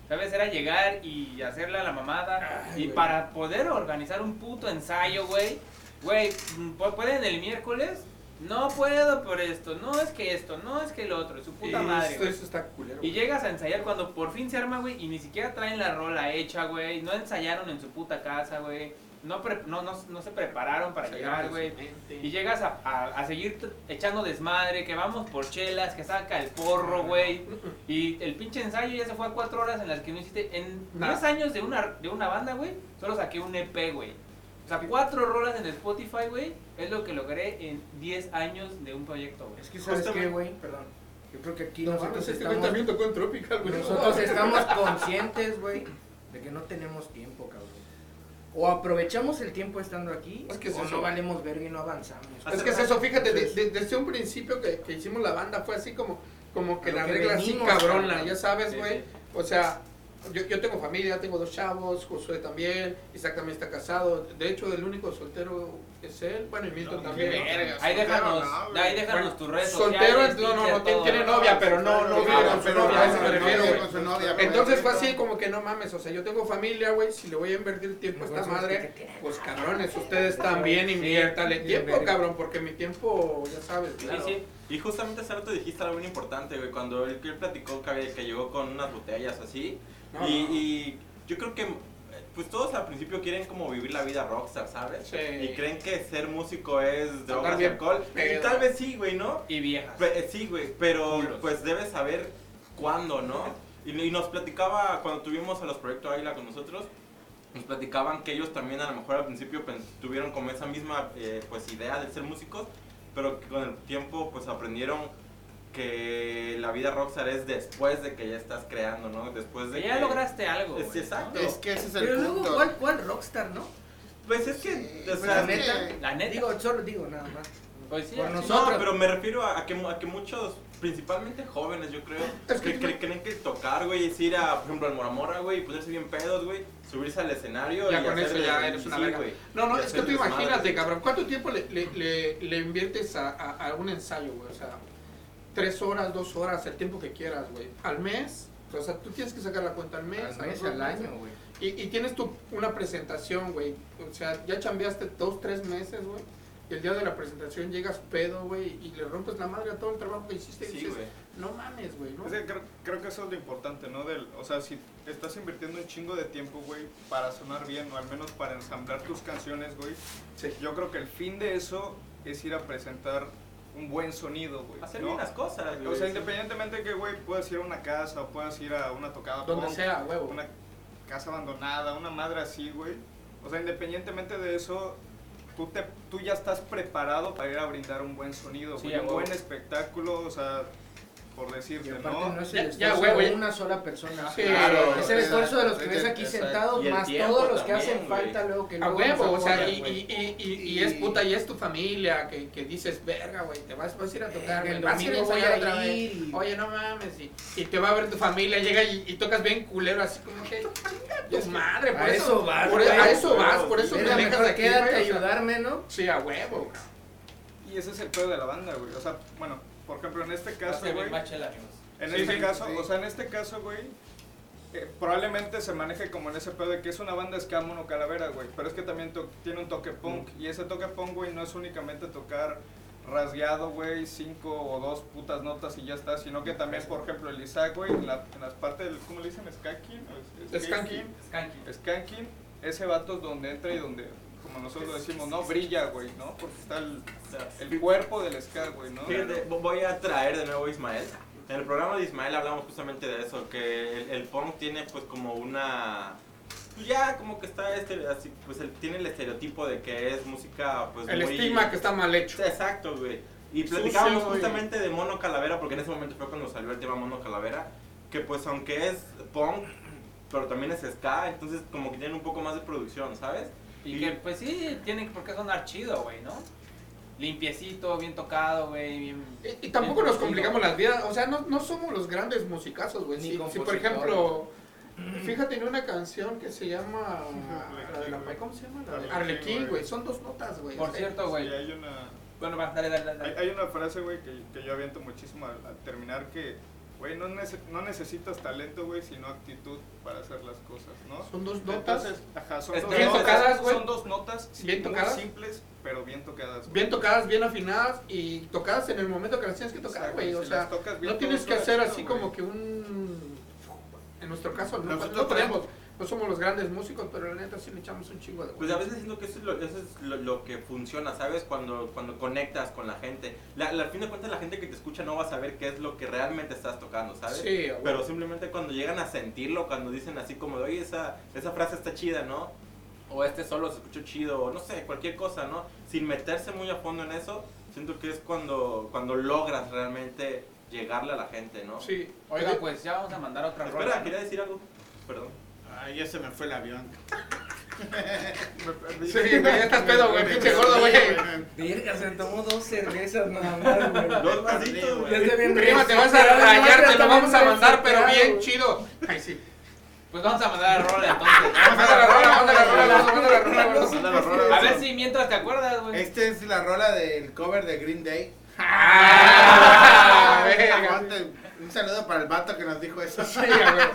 ¿Sabes? Era llegar y hacerle a la mamada.
Ay,
y
güey.
para poder organizar un puto ensayo, güey. Güey, mm, ¿pu- ¿pueden el miércoles? No puedo por esto. No es que esto, no es que lo otro. Su puta
me-
madre.
Esto,
güey.
esto está culero.
Y
güey.
llegas a ensayar cuando por fin se arma, güey, y ni siquiera traen la rola hecha, güey. No ensayaron en su puta casa, güey. No, pre- no, no, no se prepararon para llegar, güey. Y llegas a, a, a seguir t- echando desmadre, que vamos por chelas, que saca el porro, güey. Y el pinche ensayo ya se fue a cuatro horas en las que no hiciste. En
Nada.
10 años de una, de una banda, güey, solo saqué un EP, güey. O sea, cuatro rolas en Spotify, güey, es lo que logré en 10 años de un proyecto, güey.
Es que, ¿sabes qué,
Justamente.
güey? Perdón. Yo creo que aquí
No mames,
nosotros
este güey
estamos
también tocó en Tropical, güey.
Nosotros estamos conscientes, güey, de que no tenemos tiempo, cabrón. O aprovechamos el tiempo estando aquí,
Es que es
o
eso.
no valemos verga y no avanzamos.
Es que es eso, fíjate, de- de- desde un principio que, que hicimos la banda fue así como, como que
A lo
la
que
regla así
venimos,
cabrona,
cabrón.
ya sabes,
Sí,
güey.
sí.
O sea, yo, yo tengo familia, tengo dos chavos, Josué también, Isaac también está casado. De hecho, el único soltero es él. Bueno, y Milton también. ¿no?
Ahí déjanos,
no, güey.
ahí déjanos
Bueno,
tus redes
soltero,
sociales.
no, no, no,
Twitter,
tiene, tiene
todo.
novia, pero no, no vive con su
pero
novia, a eso
no,
me
no
refiero,
vive
güey.
con su novia, pero
Entonces fue
bueno,
así como que no mames, o sea, yo tengo familia, güey, si le voy a invertir tiempo a esta madre, pues cabrones, ustedes también inviértale tiempo, cabrón, porque mi tiempo, ya sabes,
Sí,
claro.
sí. Y justamente hace rato dijiste algo bien importante, güey, cuando él, que él platicó que, había- que llegó con unas botellas o así.
No,
y,
no.
y yo creo que, eh, pues todos al principio quieren como vivir la vida rockstar, ¿sabes?
Sí.
Y creen que ser músico es drogas y
bien
alcohol.
pedo.
Y tal vez sí, güey, ¿no?
Y viejas.
Pe- eh, sí, güey, pero
Culos.
pues debes saber cuándo, ¿no? Y, y nos platicaba cuando tuvimos a los Proyecto Águila con nosotros, nos platicaban que ellos también a lo mejor al principio pens- tuvieron como esa misma eh, pues idea de ser músicos, pero que con el tiempo pues aprendieron que la vida rockstar es después de que ya estás creando, ¿no? Después de
Ya
que-
lograste algo.
Es-
güey, ¿no?
exacto.
Es que ese es el
Pero luego,
punto.
¿cuál, cuál rockstar, no?
Pues es que, o
Pues,
sea,
la neta,
La neta.
Digo, solo digo nada más.
Pues sí,
por
sí.
nosotros.
No, pero me refiero a, a que, mu- a que muchos, principalmente jóvenes, yo creo,
Es que
que, cre- creen que tocar, güey, es ir a, por ejemplo, al Moramora, güey, y ponerse bien pedos, güey, subirse al escenario
Ya
y
con eso
hacer-
ya eres una
sí,
verga.
güey.
No, no,
Y
es que
hacer
tú
desmadre.
imagínate, cabrón, ¿cuánto tiempo le, le, le, le inviertes a, a, a un ensayo, güey? O sea, tres horas, dos horas, el tiempo que quieras, güey. Al mes, o sea, tú tienes que sacar la cuenta al mes,
Al
al,
mes,
otro
al
mes.
año, güey.
Y, y tienes tu, una presentación, güey. O sea, ya chambeaste dos, tres meses, güey. Y el día de la presentación llegas pedo, güey, y le rompes la madre a todo el trabajo que hiciste. Y
Sí,
dices,
güey.
no mames, güey, ¿no?
Es que creo, creo que eso es lo importante, ¿no? Del, o sea, si estás invirtiendo un chingo de tiempo, güey, para sonar bien o al menos para ensamblar tus canciones, güey,
Sí.
yo creo que el fin de eso es ir a presentar un buen sonido, güey.
Hacer
¿no?
bien las cosas, güey.
O sea, independientemente que, güey, puedas ir a una casa, puedas ir a una tocada,
Donde
punk,
sea, huevo.
una casa abandonada, una madre así, güey. O sea, independientemente de eso, tú, te, tú ya estás preparado para ir a brindar un buen sonido,
Sí,
güey,
a
un
huevo.
buen espectáculo, o sea, por decirte,
Y aparte no, es el
Ya- ya,
esfuerzo
güey,
de
güey.
una sola persona.
Sí,
Claro,
güey.
es el esfuerzo de los que
Sí,
ves aquí
esa-
sentados,
y el
más
tiempo
todos los que
también,
hacen
güey.
falta luego que
A
luego
huevo,
nos
o sea,
apoyan,
y,
güey.
y, y, y, y
Y-
es puta, y es tu familia que, que dices, verga, güey, te vas, vas a ir a tocar,
Verga,
güey,
el
vas a ir a
domingo voy
ensayar
a
otra
ir
vez.
y-
Oye, no mames, y, y te va a ver tu familia, llega y, y tocas bien culero, así como que, chinga tu madre, por
a
eso,
eso vas,
por, e-, a
güey.
eso vas, por eso me
Mira,
dejas
mejor
aquí,
quédate a
güey, o sea,
ayudarme, ¿no?
Sí, a huevo, güey.
Y ese es el pedo de la banda, güey. O sea, bueno, por ejemplo, en este
No
caso,
se ve
güey.
macho el amigo.
En
Sí,
este
sí,
caso,
sí.
o sea, en este caso, güey, eh, probablemente se maneje como en ese pedo de que es una banda ska mono calavera, güey. Pero es que también to- tiene un toque punk.
Mm.
Y ese toque punk, güey, no es únicamente tocar rasgueado, güey, cinco o dos putas notas y ya está. Sino que también, por ejemplo, el Isaac, güey, en, la- en las partes del, ¿cómo le dicen? Skanking. o es-
Skanking.
Skanky.
Skanking, ese vato es donde entra y donde, como nosotros decimos, no brilla, güey, ¿no? Porque está el, el cuerpo del ska, güey, ¿no?
Fíjate, vo- voy a traer de nuevo a Ismael. En el programa de Ismael hablamos justamente de eso, que el, el punk tiene pues como una... pues Ya como que está este, así, pues el- tiene el estereotipo de que es música pues
El
muy...
estigma que está mal hecho.
Exacto, güey. Y
Sucio,
platicábamos
güey.
justamente de Mono Calavera, porque en ese momento fue cuando salió el tema Mono Calavera, que pues aunque es punk, pero también es ska, entonces como que tienen un poco más de producción, ¿sabes?
Y que pues sí, tiene por qué sonar chido, güey, ¿no? Limpiecito, bien tocado, güey, bien...
Y, y tampoco
bien
nos
producido.
complicamos las vidas, o sea, no, no somos los grandes musicazos, güey.
Ni
Si, si, por
compositores.
ejemplo, fíjate en una canción que se llama...
Arlequín,
la de la
güey.
¿Cómo se llama? La de
Arlequín,
Arlequín,
güey.
güey. Son dos notas, güey.
Por
O sea,
cierto,
Sí,
güey.
hay una...
Bueno, va, dale, dale,
Hay,
dale.
hay una frase, güey, que, que yo aviento muchísimo al, al terminar que, güey, no, nece- no necesitas talento, güey, sino actitud para hacer las cosas, ¿no?
Son dos notas.
Entonces, ajá, son
Este,
dos
bien
notas,
tocadas, güey.
Son dos notas sí,
Bien
muy
tocadas.
simples, pero bien tocadas. güey.
bien tocadas, bien afinadas y tocadas en el momento que las tienes que tocar,
Exacto,
güey.
si
O
las
sea,
tocas bien,
no tienes
todo
que
suena
hacer
chido,
así
güey.
como que un... En nuestro caso, no,
Nosotros
no tenemos,
traemos-
no somos los grandes músicos, pero la neta sí le echamos un chingo de...
Pues a veces siento que eso es lo, eso es lo, lo que funciona, ¿sabes? Cuando, cuando conectas con la gente. La, la- al fin de cuentas, la gente que te escucha no va a saber qué es lo que realmente estás tocando, ¿sabes?
Sí, güey.
Pero simplemente cuando llegan a sentirlo, cuando dicen así como, de, oye, esa, esa frase está chida, ¿no? O este solo se escuchó chido, o no sé, cualquier cosa, ¿no? Sin meterse muy a fondo en eso, siento que es cuando, cuando logras realmente llegarle a la gente, ¿no?
Sí.
Oiga, pues ya vamos a mandar otra
Espera,
rola. ¿no?
quería decir algo. Perdón.
Ay, ya se me fue el avión.
Sí, güey, ya estás pedo, güey, pinche gordo, güey.
Verga, se tomó dos cervezas nada más, güey.
Dos vasitos, güey.
Ya está bien
Prima, te vas a
desesperado,
rayar,
ya
te
está
lo vamos a mandar, pero
desesperado,
bien
güey.
chido. Ay, sí.
Pues vamos a mandar a rola entonces.
Ah, Manda la rola, manda la rola, manda la rola, manda la rola.
Manda la rola.
A ver si mientras te acuerdas, güey.
Esta es la rola del cover de Green Day.
Ah, verga.
Aguante. Un saludo para el vato que nos dijo eso.
Sí, a ver.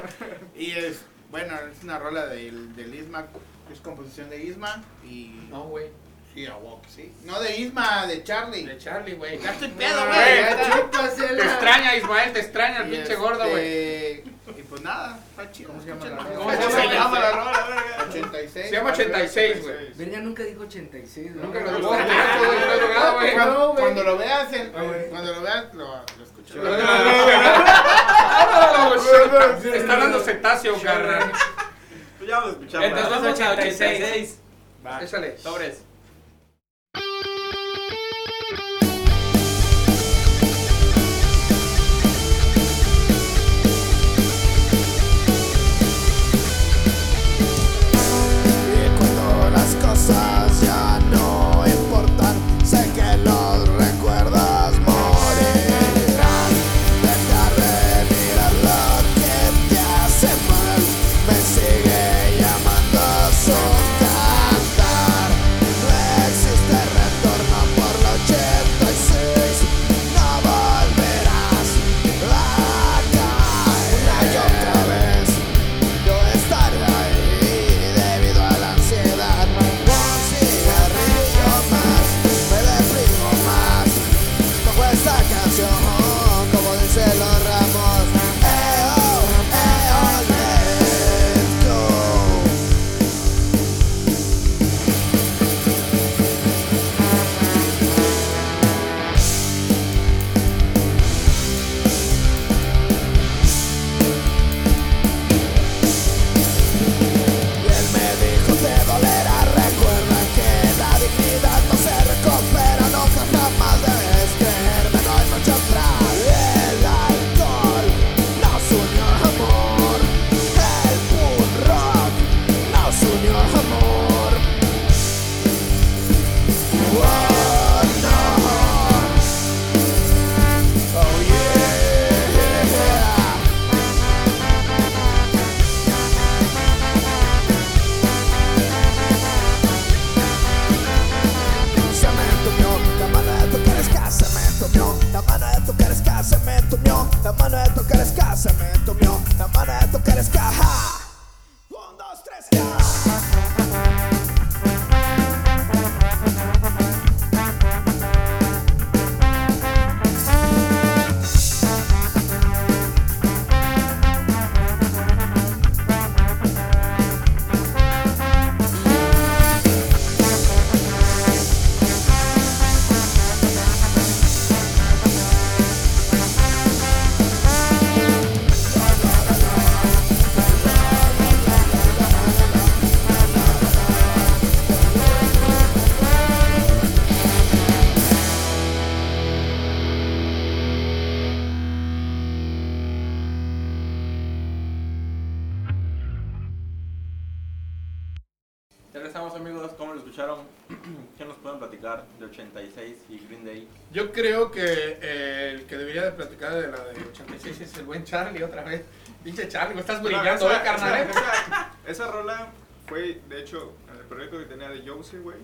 Y es, bueno, es una rola del, del Isma, es composición de Isma y...
No, güey.
Y a Wok, sí. No de Isma, de Charlie.
De Charlie, güey.
Ya estoy pedo,
güey.
güey.
Te extraña, Ismael, te extraña el
Y
pinche gordo, güey.
este, Y pues nada, está chido.
¿Cómo se llama la
Escuchen-
rola?
¿Cómo se llama?
la rola, verga?
86.
Se llama 86, güey.
Verga, nunca dijo 86, güey.
Nunca lo
No,
dijo.
no,
Ah, güey,
No,
Cuando,
güey.
cuando lo veas, el- cuando lo veas, lo, lo escuchas.
Está dando cetáceo, carnal.
Pues ya lo escuchamos.
Entonces vamos a 86.
Échale.
Sobres.
Y cuando las cosas ya no importan, sé que los recuerdas morirán. Deja retirar lo que te hace mal, me sigue llamando su cantar. No existe retorno por la 86, no volverás a caer. Una y otra vez. Yo estaré ahí debido a la ansiedad. Un cigarrillo más, me deprimo más. Como esta canción, como dicen los ramos. Eh, oh, eh, oh, let's go. Y él me dijo te dolerá, recuerda que la dignidad no se recupera, nunca jamás debes creerme, no hay marcha atrás. El alcohol nos unió amor, el punk rock nos unió amor. Oh no, oh yeah. Se me entumió la mano de tocar ska, se me entumió la mano de tocar ska, se me entumió la mano de tocar ska, se me entumió la mano de tocar ska. ja. Un, dos, tres, ya.
Regresamos amigos, ¿cómo lo escucharon? ¿Qué nos pueden platicar de 86 y Green Day?
Yo creo que eh, el que debería de platicar de la de 86 es el buen Charlie otra vez. Pinche Charlie, estás brillando,
Esa-
eh, carnal. eh?
esa- esa- Esa rola fue, de hecho, en el proyecto que tenía de Jose, güey.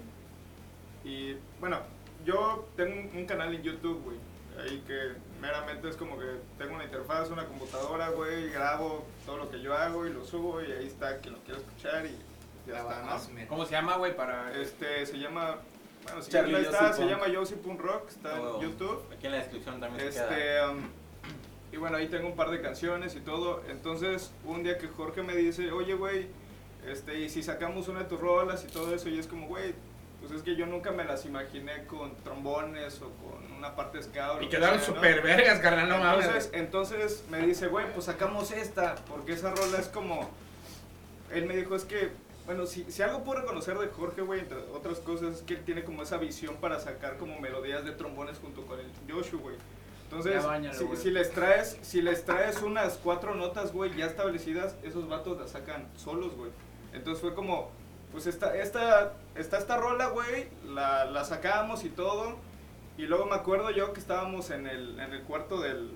Y bueno, yo tengo un- un canal en YouTube, güey. Ahí que meramente es como que tengo una interfaz, una computadora, güey. Grabo todo lo que yo hago y lo subo y ahí está quien lo quiera escuchar y ya está, Ah, ¿no?
¿Cómo se llama, güey? Para.
Este, se llama. Bueno, si
Charlie
quieren, ahí
Yosi
está, se
Punk.
llama Josie Punk Rock, está
Oh.
en YouTube.
Aquí en la descripción también se queda.
Este, um, y bueno, ahí tengo un par de canciones y todo. Entonces, un día que Jorge me dice, oye, güey, este, y si sacamos una de tus rolas y todo eso, y es como, güey, pues es que yo nunca me las imaginé con trombones o con una parte scout.
Y quedaron super vergas, carnal, no
Entonces,
mames.
entonces me dice, güey, pues sacamos esta, porque esa rola es como... Él me dijo, es que, bueno, si, si algo puedo reconocer de Jorge, güey, entre otras cosas, es que él tiene como esa visión para sacar como melodías de trombones junto con el Joshua, güey. Entonces,
Ya báñalo,
si,
güey.
si les traes, si les traes unas cuatro notas, güey, ya establecidas, esos vatos las sacan solos, güey. Entonces fue como, pues esta, esta, está esta rola, güey, la, la sacamos y todo. Y luego me acuerdo yo que estábamos en el, en el cuarto del,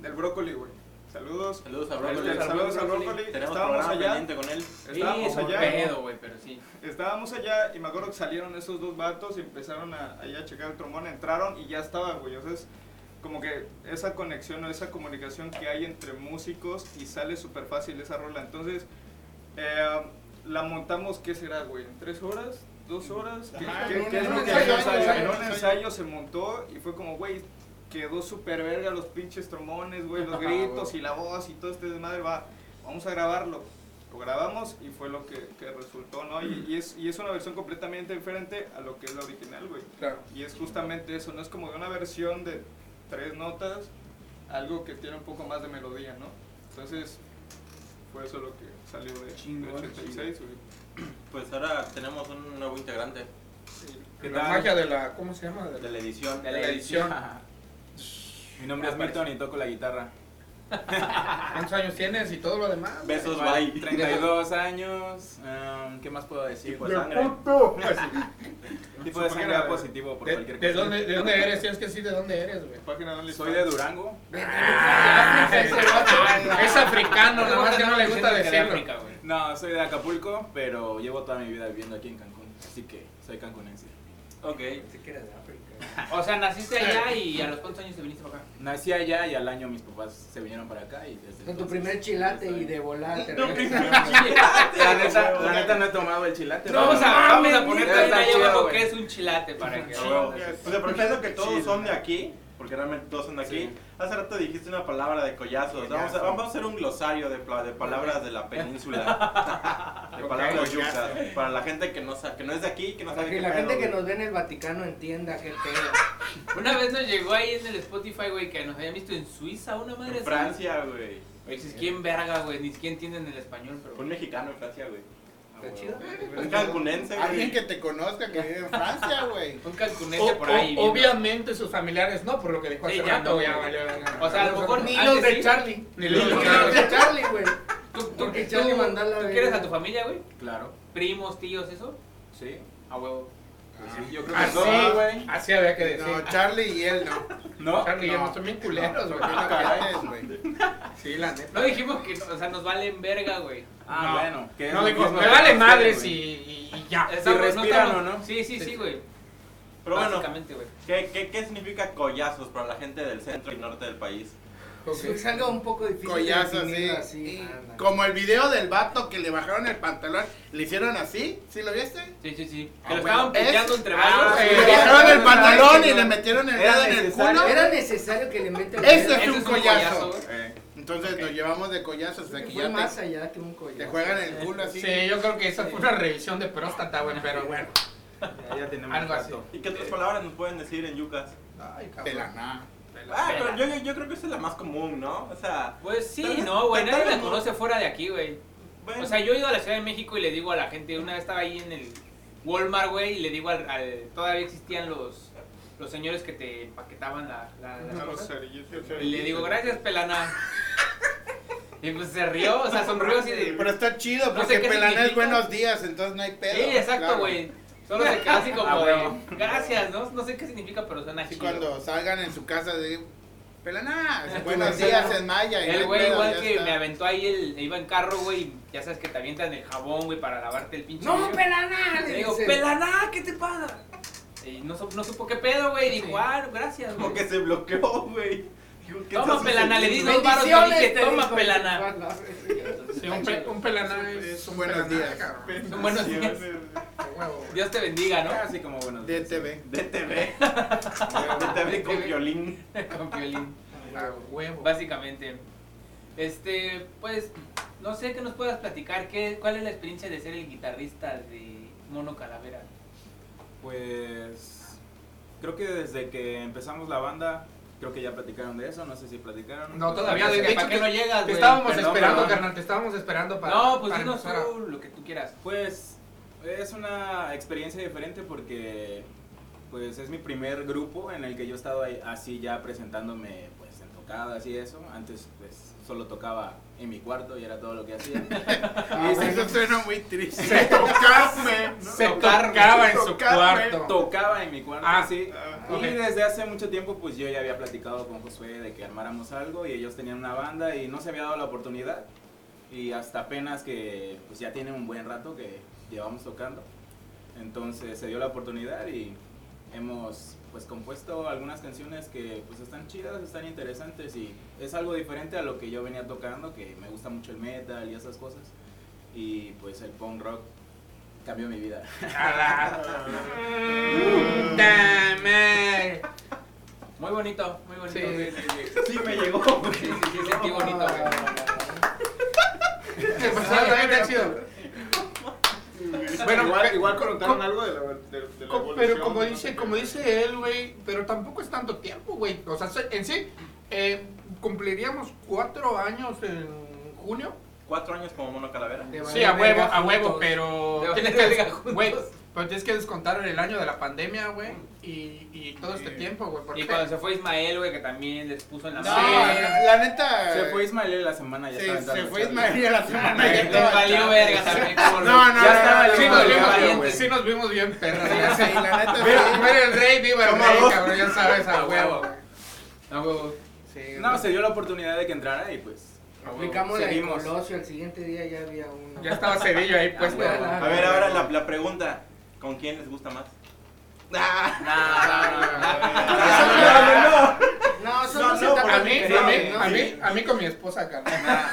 del brócoli, güey. Saludos.
Saludos a Broccoli.
Este, Saludos a Brócoli.
Tenemos
Estábamos
programa
allá.
pendiente con él.
Estábamos
sí, es un
allá.
pedo, güey, pero sí.
Estábamos allá y me acuerdo que salieron esos dos vatos y empezaron a, ahí a checar el trombón, entraron y ya estaba, güey. O sea, es como que esa conexión o esa comunicación que hay entre músicos y sale súper fácil esa rola. Entonces, eh, la montamos, ¿qué será, güey? ¿En tres horas? ¿Dos horas? ¿Qué,
Ajá,
qué-
Ah, en un-
qué es
en
lo
un
que
ensayo,
o sea,
ensayo,
En un
ensayo.
ensayo se montó y fue como, güey, quedó súper verga los pinches trombones, güey, los gritos y la voz y todo este desmadre, va, vamos a grabarlo. Lo grabamos y fue lo que, que resultó, ¿no? Y, y es, y es una versión completamente diferente a lo que es la original, güey.
Claro.
Y es justamente eso, no es como de una versión de tres notas, algo que tiene un poco más de melodía, ¿no? Entonces, fue eso lo que salió de, de 86, güey.
Pues ahora tenemos un nuevo integrante
La magia de la. ¿Cómo se llama?
de la edición.
De la edición.
Mi nombre es Milton y toco la guitarra.
¿Cuántos años tienes y todo lo demás?
Besos,
Igual,
bye.
32 años. um, ¿Qué más puedo decir?
Tipo de
Pues,
sangre.
tipo de sangre A positivo por
¿De,
cualquier
de
cosa.
dónde, ¿De dónde eres? Tienes que decir de dónde eres, güey.
Página de
Soy de Durango.
Ah, Es africano, nada más que no le gusta
Diciendo que de
decirlo.
África, güey.
No, soy de Acapulco, pero llevo toda mi vida viviendo aquí en Cancún. Así que soy cancunense.
Ok.
Pensé que era de África.
O sea, naciste allá y a los cuántos años te viniste para acá.
Nací allá y al año mis papás se vinieron para acá y
Con
desde
tu
entonces-
primer chilate y de volada te regresas.
La neta, la neta no he tomado el chilate.
No, vamos a, vamos a ponerte
Está
ahí
chido,
abajo
güey.
que es un chilate para que.
O sea, prefiero Pues que todos son de aquí, porque realmente todos son de aquí.
Sí.
Hace rato dijiste una palabra de collazos. Vamos a, vamos a hacer un glosario de, pla- de palabras de la península. De palabras yucas. Para la gente que no, sa- que no es de aquí, que no
Para
sabe
que
qué
la
pedo,
gente que
güey.
nos ve en el Vaticano entienda qué pedo.
Una vez nos llegó ahí en el Spotify, güey, que nos habían visto en Suiza, una madre
En
así.
Francia, güey.
Güey, si es quien verga, güey, ni siquiera entienden el español, pero.
Fue un mexicano en Francia, güey. Ah,
¿Está chido?
Un cancunense,
Alguien
güey.
que te conozca que vive en Francia, güey.
Un
O-
cancunense por
o-
ahí. viendo.
obviamente sus familiares no, por lo que dijo hace
Sí, ya
rato,
no,
güey, ya
güey.
valió la gana.
O sea, a lo mejor
Ni
antes
los de
sí.
Charlie. Ni los de
Los
Charlie.
de Charlie, güey.
¿Tú, tú,
Porque
tú-
Charlie mandó a la
tú
verga.
quieres a tu familia, güey?
Claro,
Primos, tíos, eso.
sí.
A huevo.
Pues sí,
Ah,
yo creo que
Así,
todos, güey.
Así había que decir.
No, Charlie y él no.
¿No?
Charlie y yo
no.
no Ah, son bien culeros, güey.
No caes, güey.
Sí, la neta.
No dijimos que, o sea, nos valen verga, güey.
Ah,
No.
bueno. que es
No
lo
digo,
mismo
me
que
vale
ustedes,
madres y,
güey.
y- y ya.
Estamos-
respiran
estamos-
o no.
Sí, sí, sí, güey.
Pero bueno,
Básicamente, güey.
¿qué, qué, qué significa collazos para la gente del centro y norte del país?
Sí, Es algo un poco difícil. de
Collazo así.
definirlo
Y
Ándale.
Como el video del vato que le bajaron el pantalón, le hicieron así, ¿sí lo viste?
Sí, sí, sí. Que
Ah,
lo
bueno,
estaban
es-
puteando entre
Ah,
varios.
sí.
Le
güey.
bajaron el
no,
pantalón
no,
y
no.
le metieron el
Era
dedo en el
necesario.
culo.
Era necesario que le metan.
Ese
Ese
es un collazo.
güey.
Eh,
Entonces nos llevamos de collazos hasta
Que
que
fue
ya
más
te,
allá que un collazo.
te juegan el culo así.
Sí, yo creo que esa fue una revisión de próstata, güey, pero bueno.
ya, ya tenemos
Algo así.
rato.
¿Y qué
Eh.
otras palabras nos pueden decir en yucas?
Ay,
Te la na.
Ah, pero yo, yo- yo creo que esa es la más común, ¿no? O sea,
Pues sí,
Tal vez-
no, güey.
tal
Nadie
vez
la
no.
conoce fuera de aquí, güey.
bueno.
O sea, yo he ido a la Ciudad de México y le digo a la gente, una vez estaba ahí en el Walmart, güey, y le digo al, al- todavía existían los, los señores que te empaquetaban la, la, las cosas. Y le digo, gracias, pelana. Y pues se rió, o sea, sonrió así de...
Pero está chido
No sé
porque
qué
Pelaná es
significa.
buenos días, entonces no hay pedo.
sí, exacto,
claro.
güey. Solo se quedó así
Ah,
como
huevo.
de, gracias, ¿no? No sé qué significa, pero suena
Así
chido.
cuando salgan en su casa de Pelaná, buenos
güey,
días
claro.
en Maya. y no
El
hay
güey
pedo,
igual
ya
que
está.
me aventó ahí, el, iba en carro, güey, y ya sabes que te avientan el jabón, güey, para lavarte el pinche
No,
vidrio.
Ah,
pelana.
Le
Le
digo,
dice.
pelana, ¿qué te pasa? Y no, sup- no supo qué pedo, güey, dijo,
Sí.
ah, gracias, güey.
Como que se bloqueó, güey. Digo, ¿qué
Toma,
está
pelana, le di
sucediendo?
dos varos y
Bendiciones,
dije,
te
toma,
dijo.
pelana.
Sí, un, pe- un pelana es,
Es
un
buenos
pelana,
días.
cabrón.
Son buenos días. Dios te bendiga, ¿no?
Así como buenos días.
DTV.
DTV. DTV con
DTV.
violín.
Con violín.
A huevo.
Básicamente. Este, pues, no sé qué nos puedas platicar. ¿Qué, ¿Cuál es la experiencia de ser el guitarrista de Mono Calavera?
Pues creo que desde que empezamos la banda, creo que ya platicaron de eso, no sé si platicaron.
No, todavía, de,
¿Para
de hecho,
qué no
te,
llegas,
te
güey?
estábamos
Perdón,
esperando,
perdón.
carnal, te estábamos esperando para.
No, pues
para
dinos
empezar a-
tú lo que tú quieras.
Pues es una experiencia diferente porque pues es mi primer grupo en el que yo he estado ahí- así ya presentándome pues en tocadas y eso. Antes pues solo tocaba en mi cuarto y era todo lo que hacía.
Ah,
Y se-
Eso suena muy triste. Tocarme. ¿no?
Se
tocar,
tocaba en su
tocar, güey.
cuarto.
tocaba en mi cuarto,
Ah,
sí.
ah,
y
ok.
desde hace mucho tiempo, pues yo ya había platicado con Josué de que armáramos algo y ellos tenían una banda y no se había dado la oportunidad. Y hasta apenas que, pues ya tiene un buen rato que llevamos tocando. Entonces se dio la oportunidad y hemos pues compuesto algunas canciones que pues están chidas, están interesantes y es algo diferente a lo que yo venía tocando, que me gusta mucho el metal y esas cosas. Y pues el punk rock cambió mi vida.
A la- Puta madre.
Muy bonito, muy bonito.
Sí.
Sí, sí, sí.
Sí, me llegó.
Sí, sí, sí, sentí bonito, güey.
Te pasaba la verga, chido. Bueno,
Bueno, igual,
pe-
igual contaron
co-
algo de la, de, de la
Co- Pero
evolución,
como
¿no?
dice, como dice él, güey, pero tampoco es tanto tiempo, güey. O sea, se- en sí, eh, cumpliríamos cuatro años en junio.
Cuatro años como mono calavera.
Te
Sí,
valió
a huevo,
verga
a huevo,
juntos.
pero
Te
tienes
vale
que,
verga juntos.
güey, pero tienes que descontar el año de la pandemia, güey, y, y todo este
Sí.
tiempo, güey, porque
Y cuando se fue Ismael, güey, que también les puso en la
No,
mano.
la neta.
Se fue Ismael la semana, ya estaba
Se, se
entrando
fue
Charlie.
Ismael a la semana.
Les
ya estaba-
valió verga también. como los-
No, no,
Ya
no,
estaba
no,
el
sí,
no,
chico,
nos
no,
ya
vimos,
no,
valió,
sí,
güey.
sí nos vimos bien perros.
no, sí, la neta,
Pero
sí.
primero el rey, viva el
Como
rey,
dos.
cabrón, ya sabes, a
A
huevo.
huevo.
güey.
No, güey.
Sí,
No,
güey.
se dio la oportunidad de que entrara y pues.
Aplicamos la de
Seguimos.
Colosio, al siguiente día ya había uno.
Ya estaba Cedillo ahí
Ah,
puesto.
güey,
A ver, ahora la, la pregunta: ¿con quién les gusta más? Ah,
No, son
No,
dos
no,
etapas
A mí, a mí,
diferentes,
a
¿no?
mí, a mí con mi esposa, carnal.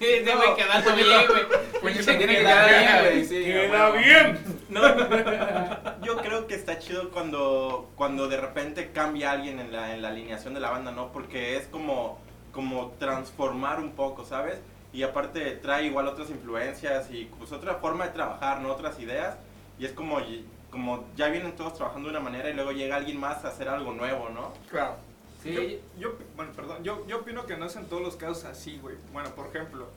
Ese güey quedando bien, güey.
Pues
Se tiene que
quedar
quedar bien,
bien,
güey.
sí,
Queda
güey.
bien.
no. Yo creo que está chido cuando, cuando de repente cambia alguien en la, en la alineación de la banda, ¿no? Porque es como, como transformar un poco, ¿sabes? Y aparte trae igual otras influencias y pues otra forma de trabajar, ¿no? Otras ideas. Y es como, y- como ya vienen todos trabajando de una manera y luego llega alguien más a hacer algo nuevo, ¿no?
Claro.
Sí,
Yo, yo- bueno, perdón, yo, yo opino que no es en todos los casos así, güey. Bueno, por ejemplo,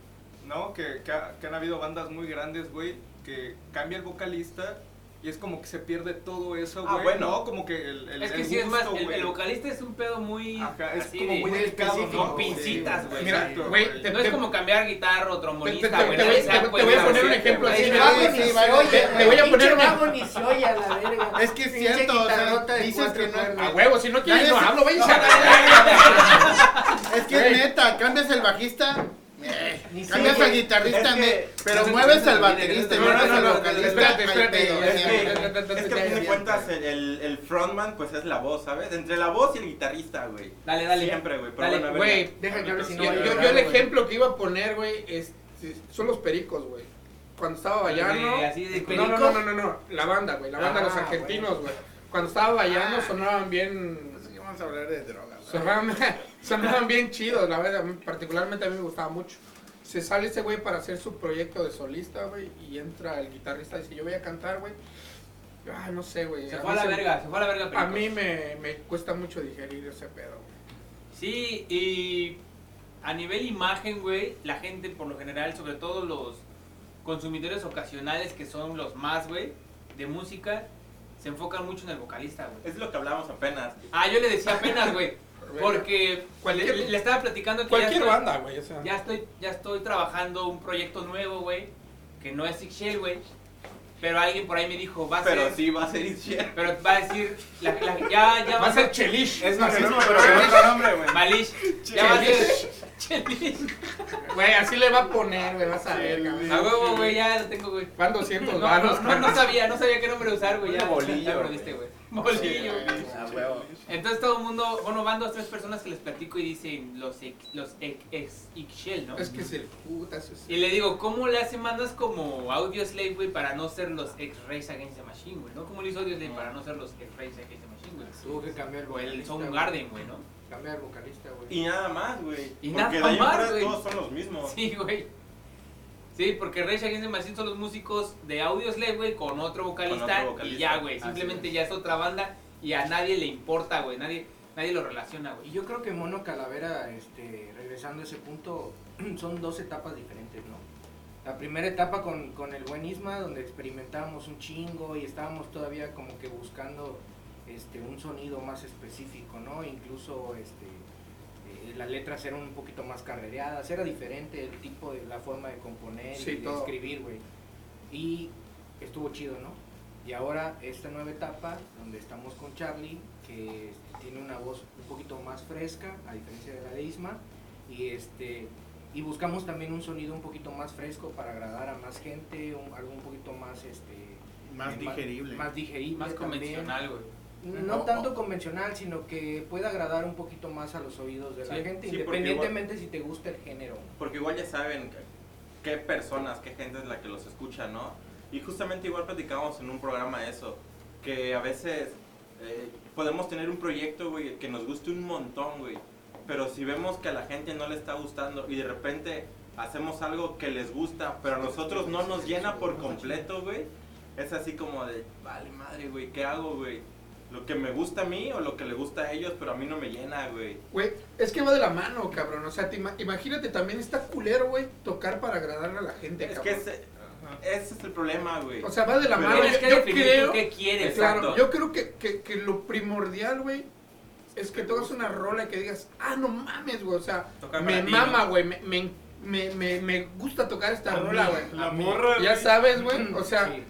¿no? Que, que, ha- que han habido bandas muy grandes, güey, que cambia el vocalista y es como que se pierde todo eso,
Ah,
güey.
bueno.
¿no? Como que el, el
es que
el
sí, es más,
gusto,
el,
güey.
el vocalista es un pedo muy.
Ajá, es
así
como
de-
muy delicado,
específico,
¿no?
pincitas, güey.
Mira,
Exacto,
güey, te-
No es como cambiar guitarra o
Te, te- te-
trombonista,
te
güey.
voy,
nadie
te-
se da
te voy
cuenta,
a poner un
güey.
ejemplo así.
El
mira,
vago
Sí,
ni
sí,
se
vale.
oye,
Te- te voy a
pinche
poner una-
vago ni se oye a la verga.
Es que es
Pinche
cierto, o sea,
guitarrota de
dices
cuatro
que no- Ah,
cuerdas.
A huevo, si no quieres
Nadie
no
se-
hablo,
no.
váyanse a la verga.
Es que
Güey.
es neta, cambias el bajista,
Ni se
cambias
oye.
al guitarrista,
Es que-
me- pero
no,
mueves
no,
al
no,
baterista y
no, no,
mueves
no,
al
no,
vocalista.
espérate,
ahí
espérate,
pedo,
ya,
sí,
ya, ya,
güey.
Es que a fin de cuentas el, el- el frontman pues es la voz, ¿sabes? Entre la voz y el guitarrista, güey.
Dale, dale.
Siempre, güey. pero
Dale,
bueno, a ver,
Güey,
Deja que hable si no.
yo, yo- yo el ejemplo que iba a poner, güey, es- son los pericos, güey. Cuando estaba Bayano.
Eh, así de
no, no,
pericos.
no, no, no, no, la banda, güey, la banda de los
Ah,
argentinos, güey. Cuando estaba
Ah.
Bayano sonaban bien.
Así que Vamos a hablar de drogas. güey.
Sonaban, sonaban bien chidos, la verdad, a mí particularmente a mí me gustaba mucho. Se sale ese güey para hacer su proyecto de solista, güey, y entra el guitarrista y dice, yo voy a cantar, güey. Ah, no sé, güey.
Se
a
fue a
mí
la
se-
verga, se fue a la verga.
A
Pericos.
mí me, me cuesta mucho digerir ese pedo, güey.
Sí, y a nivel imagen, güey, la gente por lo general, sobre todo los consumidores ocasionales que son los más, güey, de música, se enfocan mucho en el vocalista, güey.
Es lo que hablábamos apenas.
Ah, yo le decía apenas, güey, porque
Cualquier-
le, le estaba platicando que
Cualquier
ya estoy,
banda, güey, o sea.
ya estoy ya estoy trabajando un proyecto nuevo, güey, que no es Six Shell, güey, pero alguien por ahí me dijo, va a
Pero
ser
sí va a ser Ischiel.
pero va a decir la- la- ya ya
Va a ser Chelish.
Es marxismo,
pero
pero con otro nombre, güey.
Malish, ya va a ser Chelish.
Güey, así le va a poner, güey, vas a ver, cabrón.
A huevo, güey, ya lo tengo, güey.
Van
No,
200
no,
varos,
no, no sabía, no sabía qué nombre usar, güey.
Una
Ya,
bolillo,
ya me lo diste, güey. Bolillo. güey. Entonces todo el mundo, bueno, van dos, tres personas que les platico y dicen los ex, los ex, ex Ixchel, ¿no?
Es que es el puta, eso es-
Y le digo, ¿cómo le hacen bandas como Audio Slave, güey, para no ser los ex Race Against the Machine, güey? ¿No? ¿Cómo lo hizo Audio Slave para no ser los ex Race Against the Machine, güey?
Tuvo que cambiar el
O el
vocalista. güey.
Soundgarden, güey, ¿no?
Cambiar el vocalista, güey.
Y nada más, güey.
Y
Porque
nada
de ahí en
más,
fuera
güey.
todos son los mismos.
Sí, güey. Sí, porque Rage Against the Machine son los músicos de Audio Slave, güey, con otro vocalista,
Con otro vocalista.
y ya, güey.
Así
Simplemente
es.
ya es otra banda y a nadie le importa, güey. Nadie, nadie lo relaciona,
Y
güey.
yo creo que Mono Calavera, este, regresando a ese punto, son dos etapas diferentes, ¿no? La primera etapa con, con el buen Isma, donde experimentábamos un chingo y estábamos todavía como que buscando este, un sonido más específico, ¿no? Incluso este, eh, las letras eran un poquito más carrereadas, era diferente el tipo de la forma de componer
Sí,
y de
todo.
escribir, güey. Y estuvo chido, ¿no? Y ahora esta nueva etapa, donde estamos con Charlie, que este, tiene una voz un poquito más fresca, a diferencia de la de Isma, y este y buscamos también un sonido un poquito más fresco para agradar a más gente, un- algo un poquito más este
Más
eh,
digerible.
más, digerible,
Más
también.
convencional, güey.
No tanto convencional, sino que pueda agradar un poquito más a los oídos de la
Sí,
gente,
sí, porque
independientemente si te gusta el género.
Porque igual ya saben que- qué personas, qué gente es la que los escucha, ¿no? Y justamente igual platicábamos en un programa eso, que a veces eh, podemos tener un proyecto, güey, que nos guste un montón, güey, pero si vemos que a la gente no le está gustando y de repente hacemos algo que les gusta, pero a nosotros no nos llena por completo, güey, es así como de, vale madre, güey, ¿qué hago, güey? ¿Lo que me gusta a mí o lo que le gusta a ellos, pero a mí no me llena, güey?
Güey, es que va de la mano, cabrón. O sea, te ima- imagínate también está culero, güey, tocar para agradarle a la gente,
Es
cabrón.
que ese, ese es el problema, güey.
O sea, va de la
Pero
mano.
tienes
Yo,
que
yo
definir tú
creo,
qué quieres.
claro,
Exacto.
yo creo que, que- que lo primordial, güey, es que tocas una rola y que digas, ah, no mames, güey. O sea,
Tocar
me
para ti,
mama,
¿no?
güey. Me, me, me, me, me gusta tocar esta
A mí,
rola, güey.
la
A mí.
morra,
Ya
güey.
sabes, Pues, güey. O sea,
Sí.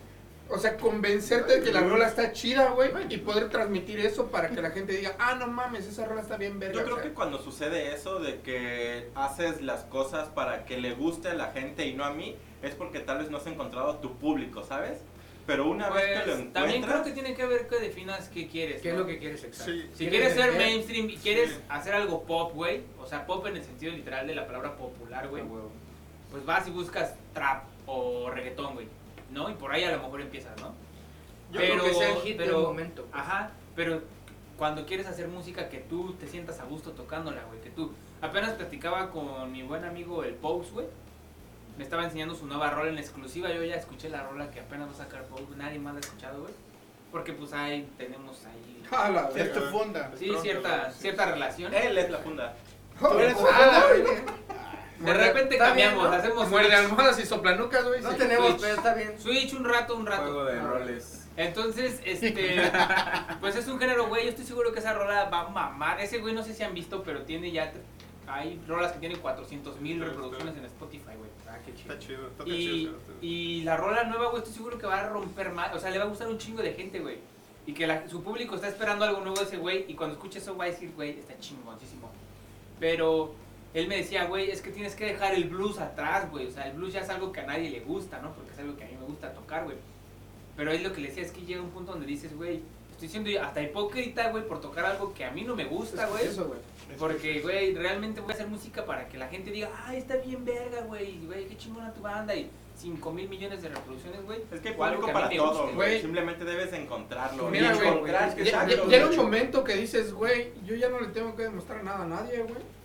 o sea, convencerte de que la rola está chida, güey. Y poder transmitir eso para que la gente diga, ah, no mames, esa rola está bien verga.
Yo creo
o sea.
que cuando sucede eso de que haces las cosas para que le guste a la gente y no a mí, es porque tal vez no has encontrado tu público, ¿sabes? Pero una vez que lo
Pues, también creo
encuentras,
que tiene que ver que definas qué quieres.
¿Qué es
¿no?
lo que quieres exacto?
Sí.
Si quieres ser
vender?
mainstream y quieres hacer algo pop, güey, o sea, pop en el sentido literal de la palabra popular, güey, pues vas y buscas trap o reggaetón, güey, ¿no? Y por ahí a lo mejor empiezas, ¿no?
Yo creo que sea el hit del momento.
Ajá, pero cuando quieres hacer música que tú te sientas a gusto tocándola, güey, que tú... Apenas platicaba con mi buen amigo el Pose, güey, me estaba enseñando su nueva rola en exclusiva, yo ya escuché la rola que apenas va a sacar Pose, nadie más la ha escuchado, güey, porque pues ahí tenemos ahí...
Ah, la verga.
Es tu funda.
Sí, cierta, cierta relación.
él es la funda.
Tú eres-
Ah, la verga.
De repente
Está bien,
cambiamos,
¿no?
hacemos
Muerde
switch.
almohadas y soplanucas, güey.
No
sí.
tenemos,
Switch.
pero está bien.
Switch un rato, un
Juego
rato.
de roles.
Entonces, este, pues es un género, güey. Yo estoy seguro que esa rola va a mamar. Ese güey no sé si han visto, pero tiene ya, hay rolas que tienen 400 mil reproducciones en Spotify, güey.
Ah, qué chido.
Está chido, toca
Y,
chido. sí.
y la rola nueva, güey, estoy seguro que va a romper más. O sea, le va a gustar un chingo de gente, güey. Y que la- su público está esperando algo nuevo de ese güey. Y cuando escuche eso, va a decir, güey, está chingoncísimo. Pero él me decía, güey, es que tienes que dejar el blues atrás, güey. O sea, el blues ya es algo que a nadie le gusta, ¿no? Porque es algo que a mí me gusta tocar, güey. Pero él lo que le decía es que llega un punto donde dices, güey, estoy siendo hasta hipócrita, güey, por tocar algo que a mí no me gusta, güey.
Eso, güey.
Porque, güey, realmente voy a hacer música para que la gente diga, ay, está bien verga, güey, y, güey, qué chingona tu banda, y 5 mil millones de reproducciones, güey.
Es que hay
O algo
público
que a
para
mí me
todo,
guste,
güey.
güey.
Simplemente debes encontrarlo.
Mira,
y
güey,
encontrar que
Ya-
sea
ya-
algo
Llega un
tuyo.
momento que dices, güey, yo ya no le tengo que demostrar nada a nadie, güey.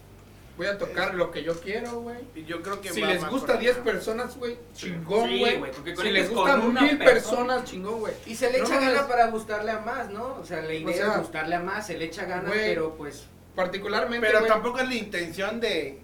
Voy a tocar lo que yo quiero, güey.
Y Yo creo que
Si
va
les
más
gusta
por
10
acá.
personas, güey, chingón,
Sí,
güey.
güey, porque
Si les
conectas con
gustan
una
mil
persona.
personas, chingón, güey.
Y se le
No
echa
mames.
gana para gustarle a más, ¿no? O sea, la idea
sea,
es gustarle a más, se le echa gana,
güey.
pero pues.
Particularmente,
Pero
güey,
tampoco es la intención de.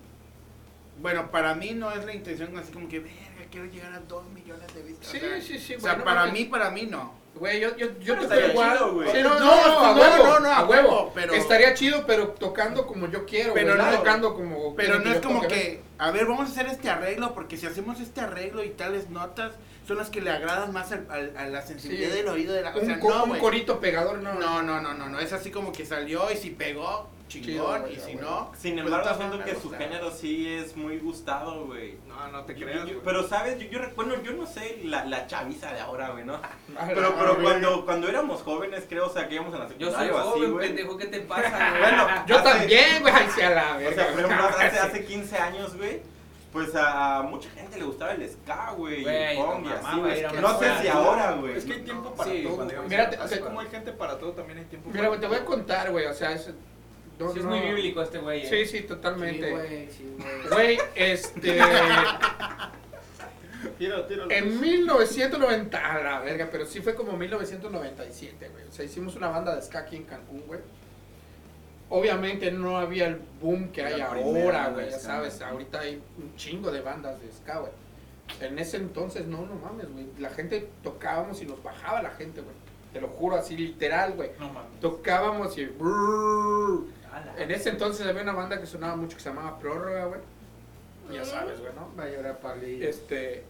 Bueno, para mí no es la intención así como que, verga, quiero llegar a 2 millones de vistas.
Sí,
o sea,
sí, sí,
O
güey,
sea,
no
para
mames.
mí, para mí no.
Güey, yo, yo, yo toco
estaría
igual.
chido, güey.
Sí, no,
No,
no, no, a
no,
huevo,
no, no,
a huevo.
pero-
Estaría chido, pero tocando como yo quiero,
Pero
güey,
no-
tocando como...
Pero no
yo
es como
toque,
que, a ver, vamos a hacer este arreglo, porque si hacemos este arreglo y tales notas, son las que le agradan más al- al- a la sensibilidad
Sí.
del oído de la
Un,
o sea,
co-
no,
un
güey.
corito pegador, no.
No, no, no, no, no, es así como que salió y si pegó, chingón,
güey,
y si
güey.
no.
Sin
pues,
embargo,
todas
siento
me
que su
gustaron.
género sí es muy gustado, güey.
No, no te
Yo-
creas,
yo-
güey.
Pero, ¿sabes? Yo, yo recuerdo, yo no sé la, la chaviza de ahora, güey, ¿no?
Ah,
Pero,
la-
pero cuando, cuando éramos jóvenes, creo, o sea, que íbamos a la
Yo
secundaria
soy
o así,
joven,
güey.
pendejo, ¿qué te pasa, güey?
Bueno,
Yo
hace-
también, güey, ay, sí, a la
O sea, por
verga.
ejemplo, hace, hace 15 años, güey, pues a, a mucha gente le gustaba el ska, güey, y el
Güey,
punk y
no
así,
mamaba
güey.
ir a una
No sé
escuela.
si ahora, güey.
Es que hay tiempo para
Sí,
todo.
cuando
güey.
íbamos
Mira, te-
Así
te-
como hay gente para todo, también hay tiempo
Mira, güey,
para
te voy a contar, güey, o sea, es... no,
Sí, es
no.
muy bíblico este güey. eh.
Sí, sí,
Sí,
totalmente.
güey, sí, güey.
Güey, este...
Tiro, tiro.
En 1990, a la verga, pero sí fue como 1997, güey. O sea, hicimos una banda de ska aquí en Cancún, güey. Obviamente no había el boom que
La
hay
primera
ahora,
de
güey. Ya
ska.
sabes, ahorita hay un chingo de bandas de ska, güey. En ese entonces, no, no mames, güey. La gente tocábamos y nos bajaba la gente, güey. Te lo juro, así literal, güey.
No mames.
Tocábamos y... brrr.
Ala.
En ese entonces había una banda que sonaba mucho que se llamaba Prórroga, güey. Ya sabes, güey, ¿no?
Va a llorar Pablo.
Este,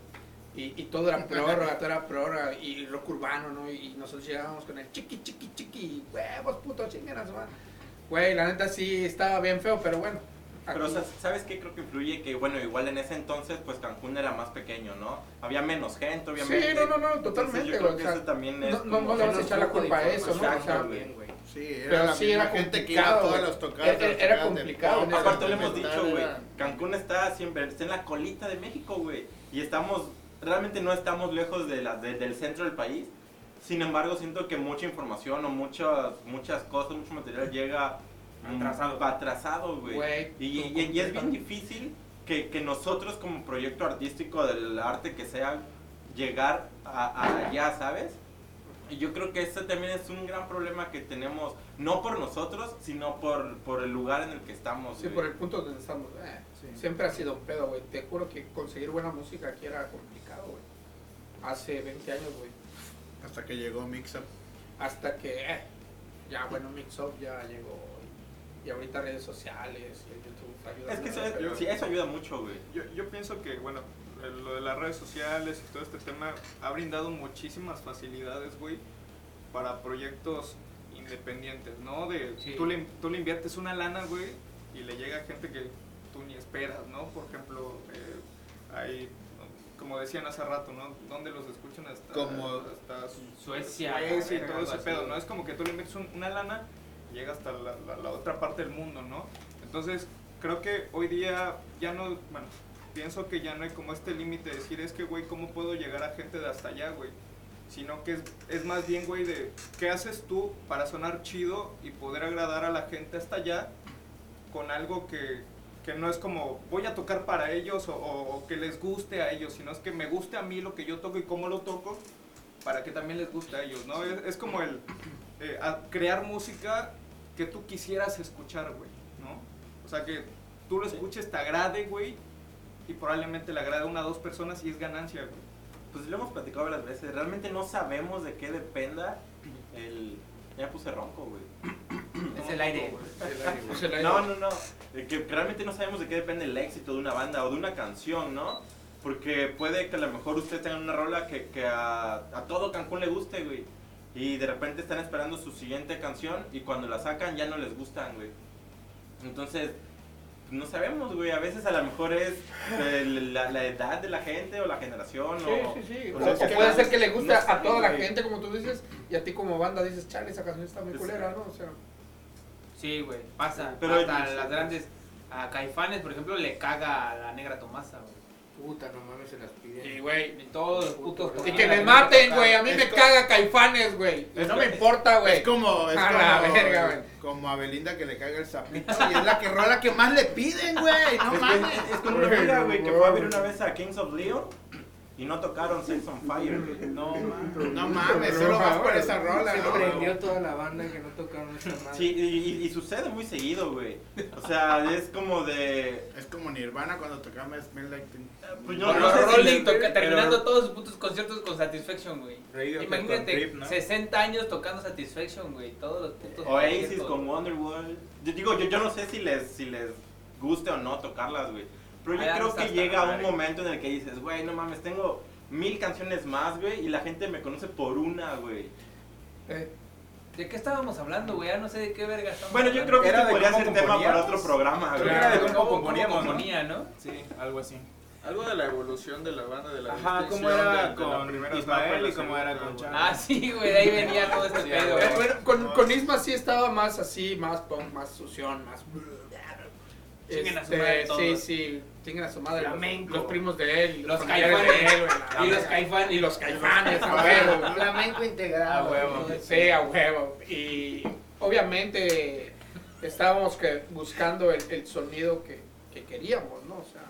Y, y todo era prórroga, todo era prórroga, y rock urbano, ¿no? Y nosotros llegábamos con el chiqui, chiqui, chiqui, y huevos, puto, chinguen a su madre. Güey, la neta sí estaba bien feo, pero bueno.
Pero
aquí-
sa- ¿sabes qué? Creo que influye que, bueno, igual en ese entonces, pues Cancún era más pequeño, ¿no? Había menos gente, obviamente.
Sí, no, no, no,
Entonces,
totalmente, güey.
yo creo
o
que
sea,
eso también es
no, no,
como-
no le vas a echar la
Flujo de
culpa a eso, ¿no? O sea,
información
Exacto,
también, güey.
Sí, era
Pero
la
sí
misma
era
gente que
complicado,
iba a todas
güey.
las tocadas.
Era-
las
era
tocadas de
complicado,
pop,
¿no?
Aparte lo
de
hemos
metal,
dicho, güey.
era-
Cancún está siempre está en la colita de México, güey. Y estamos, realmente no estamos lejos de las de- del centro del país. Sin embargo, siento que mucha información o muchas muchas cosas, mucho material llega mm,
Atrasado.
atrasado, güey.
Güey,
Y, y- y- y es bien difícil que, que nosotros como proyecto artístico del arte que sea llegar a, a allá, ¿sabes? Y yo creo que ese también es un gran problema que tenemos, no por nosotros, sino por, por el lugar en el que estamos.
Sí,
güey.
por el punto donde estamos. eh, Siempre ha sido un pedo, güey. Te juro que conseguir buena música aquí era complicado, güey. Hace 20 años, güey.
Hasta que llegó Mixup.
Hasta que, eh, ya, bueno, Mixup ya llegó. Y ahorita redes sociales, y el YouTube ayuda.
Es que eso,
mucho, pero-
sí, eso ayuda mucho, güey.
Yo, yo pienso que, bueno, el- lo de las redes sociales y todo este tema ha brindado muchísimas facilidades, güey, para proyectos independientes, ¿no? De,
Sí.
tú, le, tú le inviertes una lana, güey, y le llega gente que tú ni esperas, ¿no? Por ejemplo, eh, hay, como decían hace rato, ¿no? Donde los escuchan hasta,
Como-
hasta su-
Suecia,
Suecia y
verga,
todo ese
algo
pedo,
así.
¿no? Es como que tú le metes un- una lana y llega hasta la, la- la otra parte del mundo, ¿no? Entonces, creo que hoy día ya no, bueno, pienso que ya no hay como este límite de decir, es que, güey, ¿cómo puedo llegar a gente de hasta allá, güey? Sino que es, es más bien, güey, de qué haces tú para sonar chido y poder agradar a la gente hasta allá con algo que, que no es como voy a tocar para ellos o, o- o que les guste a ellos, sino es que me guste a mí lo que yo toco y cómo lo toco para que también les guste a ellos, ¿no? Es, es como el eh, a- crear música que tú quisieras escuchar, güey, ¿no? O sea, que tú lo escuches, te agrade, güey, y probablemente le agrade a una o dos personas y es ganancia, güey.
Pues lo hemos platicado varias veces. Realmente no sabemos de qué dependa el. Ya puse ronco, güey.
Es el aire.
Pues el aire-
No, no, no. Eh, Que realmente no sabemos de qué depende el éxito de una banda o de una canción, ¿no? Porque puede que a lo mejor ustedes tengan una rola que, que a, a todo Cancún le guste, güey. Y de repente están esperando su siguiente canción y cuando la sacan ya no les gustan, güey. Entonces, no sabemos, güey. A veces a lo mejor es el- la, la edad de la gente o la generación
Sí,
o...
sí, sí.
o
O,
sea,
o
que
puede
la-
ser que le guste
no
a
sé,
toda la
güey.
gente, como tú dices, y a ti como banda dices, chale, esa canción está muy
Pues-
culera, ¿no? O sea,
Sí, güey, pasa.
Pero
hasta
hay-
las grandes. A Caifanes, por ejemplo, le caga a la negra Tomasa, güey.
Puta, no mames, se las piden.
y güey.
Y todos los putos.
Y
Y
tocan
que
la
me
misma
maten,
tocada.
güey. A mí me
Es co-
caga Caifanes, güey. y No me importa, güey.
Es como, es
A
como,
la verga, güey.
como a Belinda que le caga el sapito y es la que rola que más le piden, güey. No mames.
Es como una amiga, güey, que fue a ver una vez a Kings of Leon y no tocaron Sex on Fire, güey. No, mames.
No mames, solo vas por esa rola,
Se
¿no?
prendió toda la banda que no tocaron esta madre.
Sí, y, y- y sucede muy seguido, güey. O sea, es como de...
Es como Nirvana cuando tocaba Smell Like Teen.
Pues yo
Bueno,
no sé si
Rolling
les-
toca-
pero-
terminando todos sus putos conciertos con Satisfaction, güey.
Radiohead con
Imagínate,
Trip, ¿no?
60 años tocando Satisfaction, güey. Todos los putos.
Oasis
conciertos.
con Wonderwall. Yo digo, yo, yo no sé si les, si les guste o no tocarlas, güey. Pero yo
Allá
creo
está
que
hasta
llega
la
un
madre.
momento en el que dices, güey, no mames, tengo mil canciones más, güey, y la gente me conoce por una, güey.
Eh,
¿De qué estábamos hablando, güey? Ya no sé de qué verga estamos
Bueno, yo creo que
Era
este
de
podría
cómo
ser tema para
componíamos.
otro programa, güey.
Era de
de
cómo
cómo
componíamos, ¿no?
componía, ¿no?
Sí, algo así.
Algo de la evolución de la banda, de la
Ajá,
distinción
¿cómo era
de- de la primera
con
etapa a
Ismael
la
y cómo era
segunda,
con
güey.
Chava?
Ah, sí, güey, de ahí venía todo este
Sí,
pedo. güey.
güey.
Eh, bueno, con, con Isma sí estaba más así, más punk, más sución, más.
Chinguen a su madre
Este,
todos.
Sí, sí, chinguen a su madre. los-
Flamenco.
Los primos de él.
Los
familiares de
caifanes.
él, güey, la
Y los
verga.
caifanes.
Y los caifanes, a huevo.
Flamenco integrado.
A huevo.
güey.
Sí, a huevo. Y obviamente estábamos que buscando el, el sonido que, que queríamos, ¿no? O sea,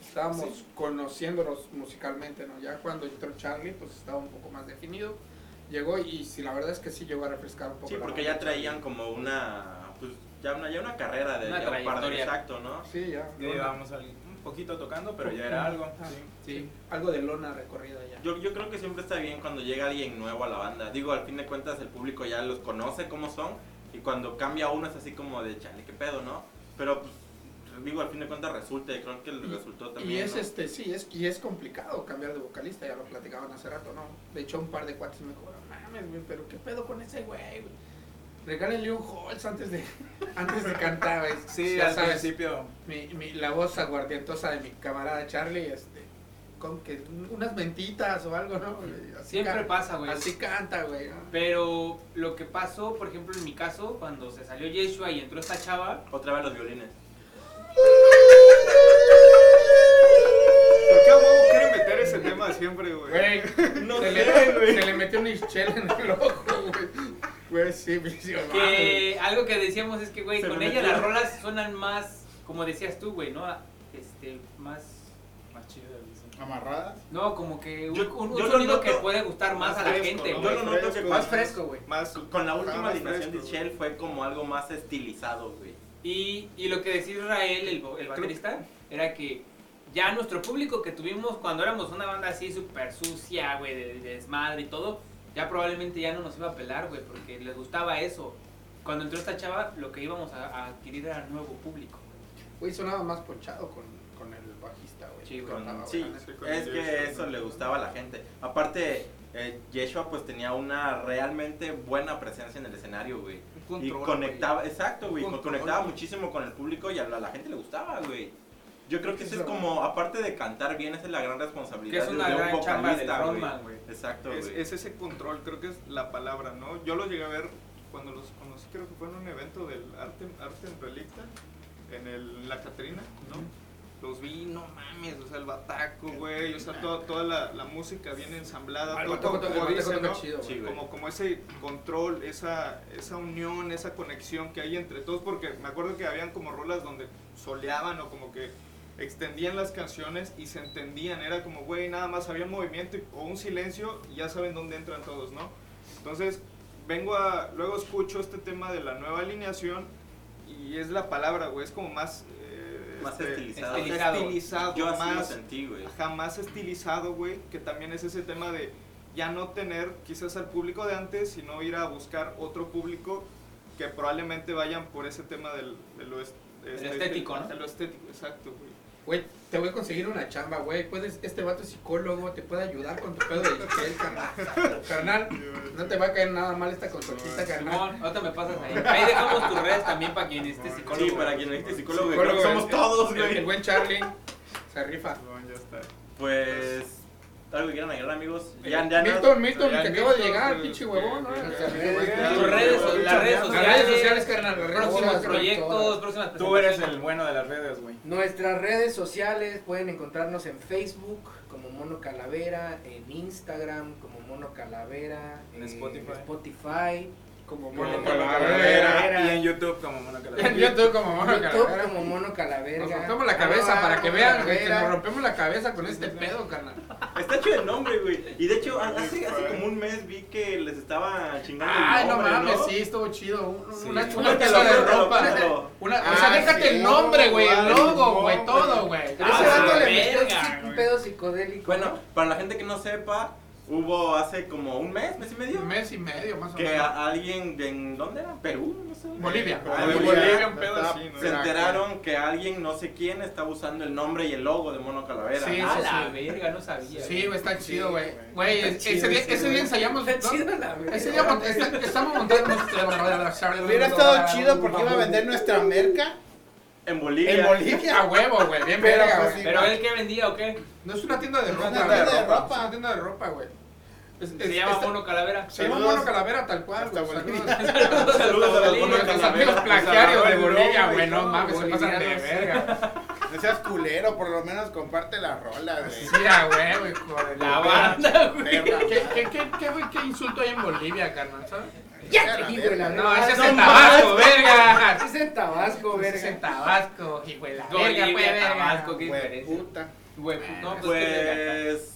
estábamos conociéndonos musicalmente, ¿no? Ya cuando entró Charlie, pues estaba un poco más definido. Llegó y sí, la verdad es que sí llegó a refrescar un poco.
Sí,
la
porque
banda.
ya traían como una, pues, ya una, ya una carrera de
Una
ya un par de
trayectoria.
exacto, ¿no?
Sí, ya.
Ya llevábamos al- un poquito tocando, pero ya era algo.
Ajá.
sí.
Sí, algo de lona recorrida ya.
Yo, yo creo que siempre está bien cuando llega alguien nuevo a la banda. Digo, al fin de cuentas el público ya los conoce cómo son y cuando cambia uno es así como de, chale, qué pedo, ¿no? Pero pues, digo, al fin de cuentas resulta, y creo que el resultó
y
también.
es
¿no?
este, sí, es, y es complicado cambiar de vocalista, ya lo platicaban hace rato, ¿no? De hecho, un par de cuates me dijeron, mames, güey, pero qué pedo con ese güey, güey. Regálenle un Holtz antes de, antes de cantar, güey.
Sí,
ya
al
sabes,
principio.
mi, mi- la voz aguardientosa de mi camarada Charlie, este, con que unas mentitas o algo, ¿no? Así
Siempre
can-
pasa, güey.
Así canta, güey. ¿no?
Pero lo que pasó, por ejemplo, en mi caso, cuando se salió Yeshua y entró esta chava,
Otra vez los violines.
¿Por qué a huevo quieren meter ese tema siempre, güey?
Güey, se, le, se le metió una hichela en el ojo, güey. Güey, sí, me hizo mal,
que algo que decíamos es que, güey,
Se
con
me
ella
metió.
las rolas suenan más, como decías tú, güey, ¿no? Este, más...
Más chido, dicen.
Amarradas.
No, como que un,
Yo-
un- un
yo lo
sonido
noto
que puede gustar más,
más
a la
fresco,
gente,
¿no?
Yo
güey.
lo noto que
Fresco.
con,
Más fresco, güey.
Más
con la última
más
alineación de
fresco, güey.
Shell fue como algo más estilizado, güey.
Y, y lo que decía Israel, el, bo- el baterista, era que ya nuestro público que tuvimos cuando éramos una banda así súper sucia, güey, de, de desmadre y todo, ya probablemente ya no nos iba a pelar, güey, porque les gustaba eso. Cuando entró esta chava, lo que íbamos a, a adquirir era nuevo público. güey.
Güey, sonaba más ponchado con, con el bajista, güey.
Sí, güey.
Cantaba, güey,
Sí,
la neta.
con
es
el
que
Yeshua,
eso
¿no?
le gustaba a la gente. Aparte, eh, Yeshua pues tenía una realmente buena presencia en el escenario, güey.
Un
Y
control, güey.
conectaba, exacto, güey,
Control,
conectaba
güey.
muchísimo con el público y a la, a la gente le gustaba, güey. Yo creo que eso es
Eso.
como, aparte de cantar bien, esa es la gran
Que
responsabilidad
es una
de
gran
un
chamba del
vocalista, güey.
frontman, güey.
Exacto,
Es,
güey.
es ese control, creo que es la palabra, ¿no? Yo lo llegué a ver cuando los conocí, creo que fue en un evento del Arte, Arte en Relicta, en el- la Catrina, ¿no? Los vi, no mames, o sea, el bataco, güey, o sea, toda, toda la, la música bien ensamblada,
Al
todo
bataco
como,
toca-
como
al bataco
dicen,
toca
¿no?
chido, güey.
Sí, güey.
Como, como ese control, esa, esa unión, esa conexión que hay entre todos, porque me acuerdo que habían como rolas donde soleaban o como que extendían las canciones y se entendían, era como, güey, nada más había un movimiento y- o un silencio y ya saben dónde entran todos, ¿no? Entonces, vengo a, luego escucho este tema de la nueva alineación y es la palabra, güey, es como más... eh,
Más
este,
estilizado.
estilizado.
estilizado,
Yo así lo
más
sentí, güey.
jamás estilizado, güey, que también es ese tema de ya no tener quizás al público de antes, sino ir a buscar otro público que probablemente vayan por ese tema del, de lo, est- este-
estético, ¿no?
de lo estético, exacto, güey.
Güey, te voy a conseguir una chamba, güey. Puedes, este vato es psicólogo, te puede ayudar con tu pedo de Michelle, carnal. Carnal, no te va a caer nada mal esta consultita, carnal.
Simón, ahorita me pasas ahí. Ahí dejamos tus redes también para quien esté psicólogo.
Sí, para quien necesite psicólogo, güey,
Psicólogo,
creo que somos
el-
todos,
El, el
güey.
buen Charlie se rifa.
Bueno, ya está.
Pues, algo que quieran agregar, amigos. Ya, ya no-
Milton, Milton,
ya,
que
Milton,
acaba de llegar,
pues,
pinche huevón, ¿no?
eh,
O sea,
eh,
güey,
eh,
claro.
Tus redes,
Las
las redes
Las
sociales.
redes sociales, carnal. Las redes
Próximos
sociales,
proyectos,
todas.
próximas
Tú eres
presentaciones.
el bueno de las redes, güey.
Nuestras redes sociales pueden encontrarnos en Facebook como Mono Calavera, en Instagram como Mono Calavera,
En
eh,
Spotify.
Spotify,
Como
Mono
mono
Calavera.
calavera.
Y en YouTube como Mono
En
Calavera.
YouTube como mono
YouTube
calavera.
como Mono Calavera.
Nos rompemos la cabeza
Ah,
para que
Mono
vean, güey, que
Calavera.
nos rompemos la cabeza con este pedo, carnal.
Está chido el nombre, güey. Y de hecho, hace, hace como un mes vi que les estaba chingando
Ay,
el
no
nombre,
mames, sí, estuvo chido. Un-
Sí.
Una,
Te
una
lo
pieza de
juro, te lo
ropa.
juro.
Una,
Ah,
o sea, déjate
sí,
el nombre,
no,
güey, el
vale,
logo,
no,
güey,
güey.
todo, güey.
Pero ese
Ah,
vato le
la
metió
verga,
sí, un
güey.
pedo psicodélico.
Bueno, para la gente que no sepa, hubo hace como un mes, mes y medio,
Un mes y medio, más o
que
menos.
a- alguien de en- ¿dónde era? Perú, no sé.
Bolivia.
Ah,
Bolivia,
Bolivia,
un pedo
está-
así, ¿no?
Se enteraron que alguien, no sé quién, está usando el nombre y el logo de Mono Calavera. Ah,
Sí,
A
sí,
la
sí.
verga, no sabía.
Sí, güey, está chido, güey.
güey.
Güey,
Está
es-
chido
ese día,
ese,
ese día
güey.
ensayamos.
Está
¿no?
chido la verga.
Ese día mont- esta- estamos montando.
Hubiera estado chido porque iba a vender nuestra merca
En
en
Bolivia.
A
Bolivia.
huevo, güey, bien
Pero,
verga,
pues,
güey.
sí.
¿Pero él qué vendía o qué?
No es una tienda de
Es
ropa,
una tienda
güey,
de
es
ropa.
una tienda de ropa, güey. Es-
Se
es-
llama
esta-
Mono Calavera.
Se llama
Saludos.
Mono Calavera tal cual,
Hasta
güey.
Bolivia.
Saludos.
Saludos a los Mono
Los amigos
Calavera.
plagiarios de
Saludos,
Bolivia,
güey,
güey, no
no,
mames, se pasan de verga.
No seas culero, por lo menos comparte la rola, güey.
Mira, güey, hijo de
La
la
banda, güey.
Perra,
¿Qué, qué, qué, qué, güey, qué insulto hay en Bolivia, carnal? ¿sabes?
sea
Ya
la
te digo, la
verga.
No, ese es
verga.
en Tabasco, verga.
Ese es en Tabasco,
Ese es
verga.
en Tabasco, hijo de la verga, güey,
Bolivia,
verga.
Tabasco, qué
güey,
diferencia.
puta.
Güey, pues, no, pues, qué verga.
Pues,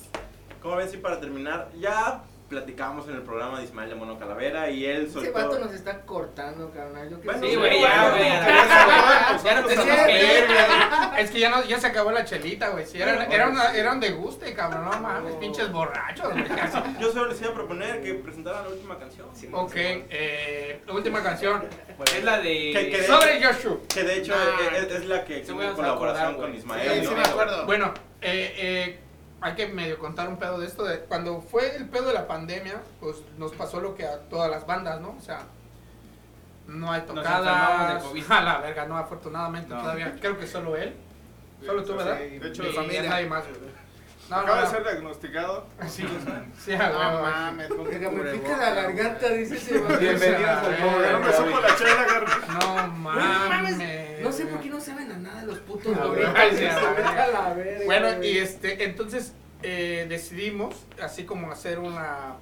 como ven, sí, para terminar, ya platicábamos en el programa de Ismael de Mono Calavera y él
Ese
soltó.
vato nos está cortando, carnal. Yo qué
Bueno,
sé.
Sí, güey, ya, güey. a la verga. Ya no tenemos que ir, güey.
Es que ya, no, ya se acabó la chelita, güey. Si Ah, eran, era una, era un deguste, cabrón. No mames, pinches borrachos, güey.
Yo solo les iba a proponer que presentaran la última canción.
Ok, eh, la última canción.
Es la de.
¿Qué- qué-
Sobre Joshua.
Que de hecho eh,
Nah.
es, es- es la
Ah,
que
Se voy a
tiene colaboración
acordar,
con
güey.
Ismael.
sí
¿no?
me acuerdo.
Bueno, eh, eh, hay que medio contar un pedo de esto. De, cuando fue el pedo de la pandemia, pues nos pasó lo que a todas las bandas, ¿no? O sea, no hay
Nos
tocadas.
enfermamos de COVID.
A la verga, no, afortunadamente
No.
todavía. Creo que solo él. Solo tú,
Sí,
¿verdad?
de hecho,
Y
familia.
nadie más, güey. No,
Acaba
no,
de
no.
ser diagnosticado.
Sí, sí, a
No
huevo, güey.
mames, ponte
Oiga, me pica
cubrebocas,
la garganta, dice ese vato.
Bienvenidos al pobre.
No me supo la chela, garra.
No
Güey, no mames,
Ah, mames.
No sé por qué no saben a nada los putos
Ah,
doritos.
güey.
güey,
Ah, güey.
vete a la verga,
Bueno,
güey.
y este, entonces eh, decidimos, así como hacer una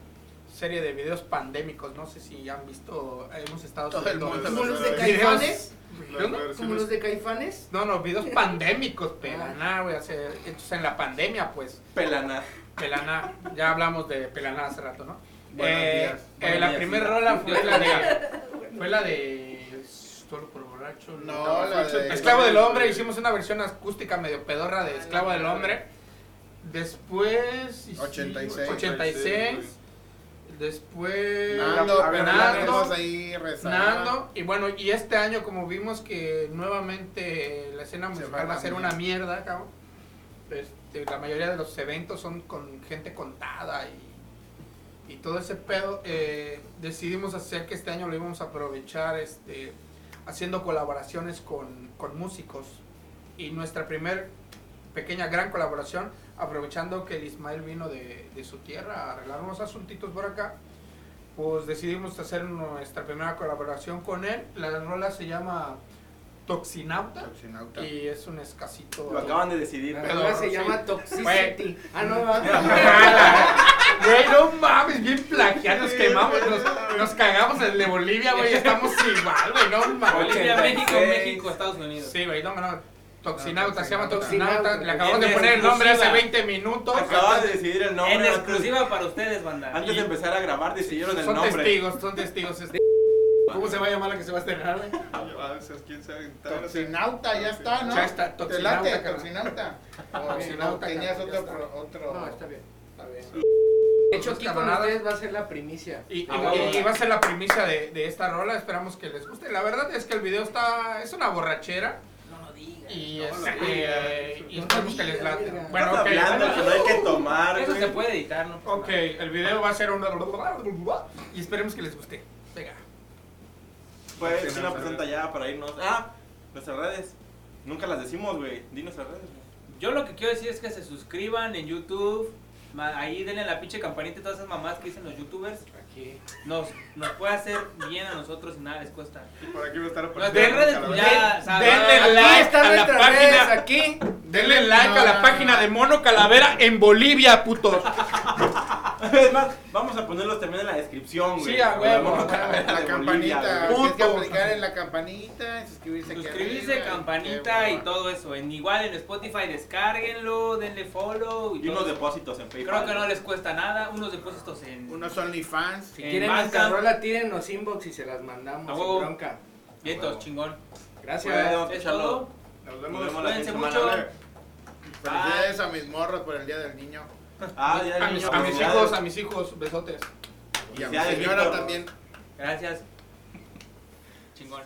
serie de videos pandémicos, no sé si han visto, hemos estado
Todo el
subiendo
mundo
Como los de
videos-
Caifanes.
Las
¿no?
Como los
versiones.
de Caifanes.
No, no, videos pandémicos,
Ah.
pelaná, güey, hace- entonces en la pandemia, pues,
Pelana.
pelaná, ya hablamos de pelaná hace rato, ¿no?
Buenos
Eh,
días.
eh,
Buenos
la
días,
primera
sí.
rola fue la de, fue la de, solo por borracho,
No, la de-
Esclavo del Hombre, hicimos una versión acústica medio pedorra de Esclavo del Hombre. Después. hicimos-
86.
86. Después.
Nando,
a ver,
pero la dejamos
Nando.
ahí rezando.
Nando. Y bueno, y este año, como vimos que nuevamente la escena
va
musical va a
la
ser una
mierda.
mierda, cabrón. Este, la mayoría de los eventos son con gente contada y, y todo ese pedo. eh, decidimos hacer que este año lo íbamos a aprovechar este, haciendo colaboraciones con, con músicos. Y nuestra primer pequeña gran colaboración, aprovechando que el Ismael vino de, de su tierra a arreglar unos asuntitos por acá, pues decidimos hacer nuestra primera colaboración con él. La rola se llama Toxinauta
Toxinauta.
y es un escasito...
Lo acaban de decidir.
La
Ah.
Pero-
rola se
sí.
llama Toxicity. Ah, no, va.
Güey, no mames, bien plagiados, nos quemamos, nos, nos cagamos el de Bolivia, güey, estamos igual, güey, no mames.
Bolivia, México,
86.
México, Estados Unidos.
Sí, güey, no, no, Toxinauta, se llama Toxinauta,
Toxinauta.
le acabamos de poner el nombre hace 20 minutos.
Acaban de decidir el nombre.
en
antes-
exclusiva para ustedes, banda.
Antes de empezar a grabar decidieron el
Son
nombre.
testigos, son testigos. este. ¿Cómo se va a llamar la que se va a estrenar, güey?
A veces, quién sabe. todavía no sé.
Toxinauta, ya está, ¿no?
Ya está,
Te late,
Toxinauta. carnal.
Toxinauta. O
Toxinauta,
tenías
carnal,
otro...
ya
pro- otro...
No, está bien. Está bien. De hecho, aquí con
Camarada.
ustedes va a ser la primicia.
Y, y-
Ah, bueno.
y va a ser la primicia de, de esta rola, esperamos que les guste. La verdad es que el video está, es una borrachera.
No lo digas.
Y,
No,
este,
la verga.
y esperemos que les late.
Verga.
Bueno,
Estás
ok.
hablando que no hay que tomar.
Eso
güey.
se puede editar, ¿no?
Ok, el video va a ser una... Y esperemos que les guste. Venga.
Pues, ¿quién la presenta ya para irnos? Ah, nuestras redes. Nunca las decimos, güey. Di nuestras redes. güey.
Yo lo que quiero decir es que se suscriban en YouTube. ma- Ahí denle la pinche campanita y todas esas mamás que dicen los youtubers. Nos, nos puede hacer bien a nosotros y nada les cuesta.
Y Por aquí va a estar
Las
apareciendo
de
la
redes, pues
calavera.
ya saben.
denle
Aquí
like a
están
la
nuestras redes,
página.
aquí.
Denle like a la página de Mono Calavera en Bolivia, putos.
Es más, vamos a ponerlos también en la descripción, güey.
Sí, a huevo,
Vamos a
a
poner
huevo.
de
La
Bolivia,
campanita.
güey.
Tienes que
Punto.
aplicar en la campanita y suscribirse aquí
Suscribirse,
arriba, y
campanita
qué
y
hueva.
todo eso. En, igual en Spotify, descárguenlo, denle follow y
Y unos
todo. eso.
depósitos en PayPal.
Creo que no les cuesta nada. Unos depósitos en.
Unos OnlyFans.
Si
En
quieren
Bandcamp.
nuestra rola, tírennos inbox y se las mandamos.
A
sin
huevo.
bronca.
Vientos, chingón.
Gracias.
Vamos a
Es
escucharlo.
todo.
Nos
Nos
vemos.
vemos la
Cuídense
próxima
mucho.
semana.
Felicidades a mis morros por el Día del Niño.
Ah, ya,
A mis,
niños,
a mis
felicidades.
hijos, a mis hijos, besotes.
Y a mi
Felicidades,
señora
Víctor.
también.
Gracias. Chingón.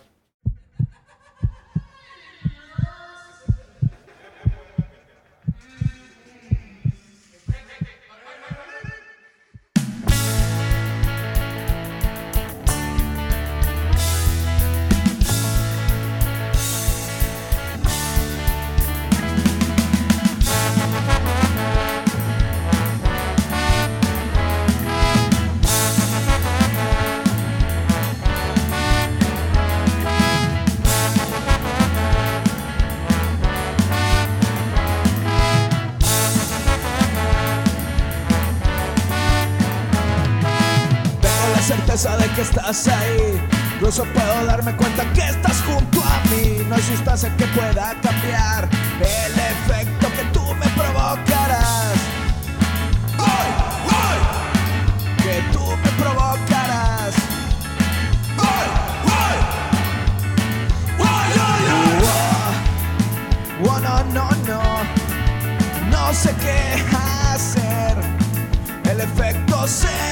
Tengo la certeza de que estás ahí. Incluso puedo darme cuenta que estás junto a mí. No hay sustancia que pueda cambiar el efecto que tú me provocarás. Hoy, hoy, que sé qué hacer. El efecto se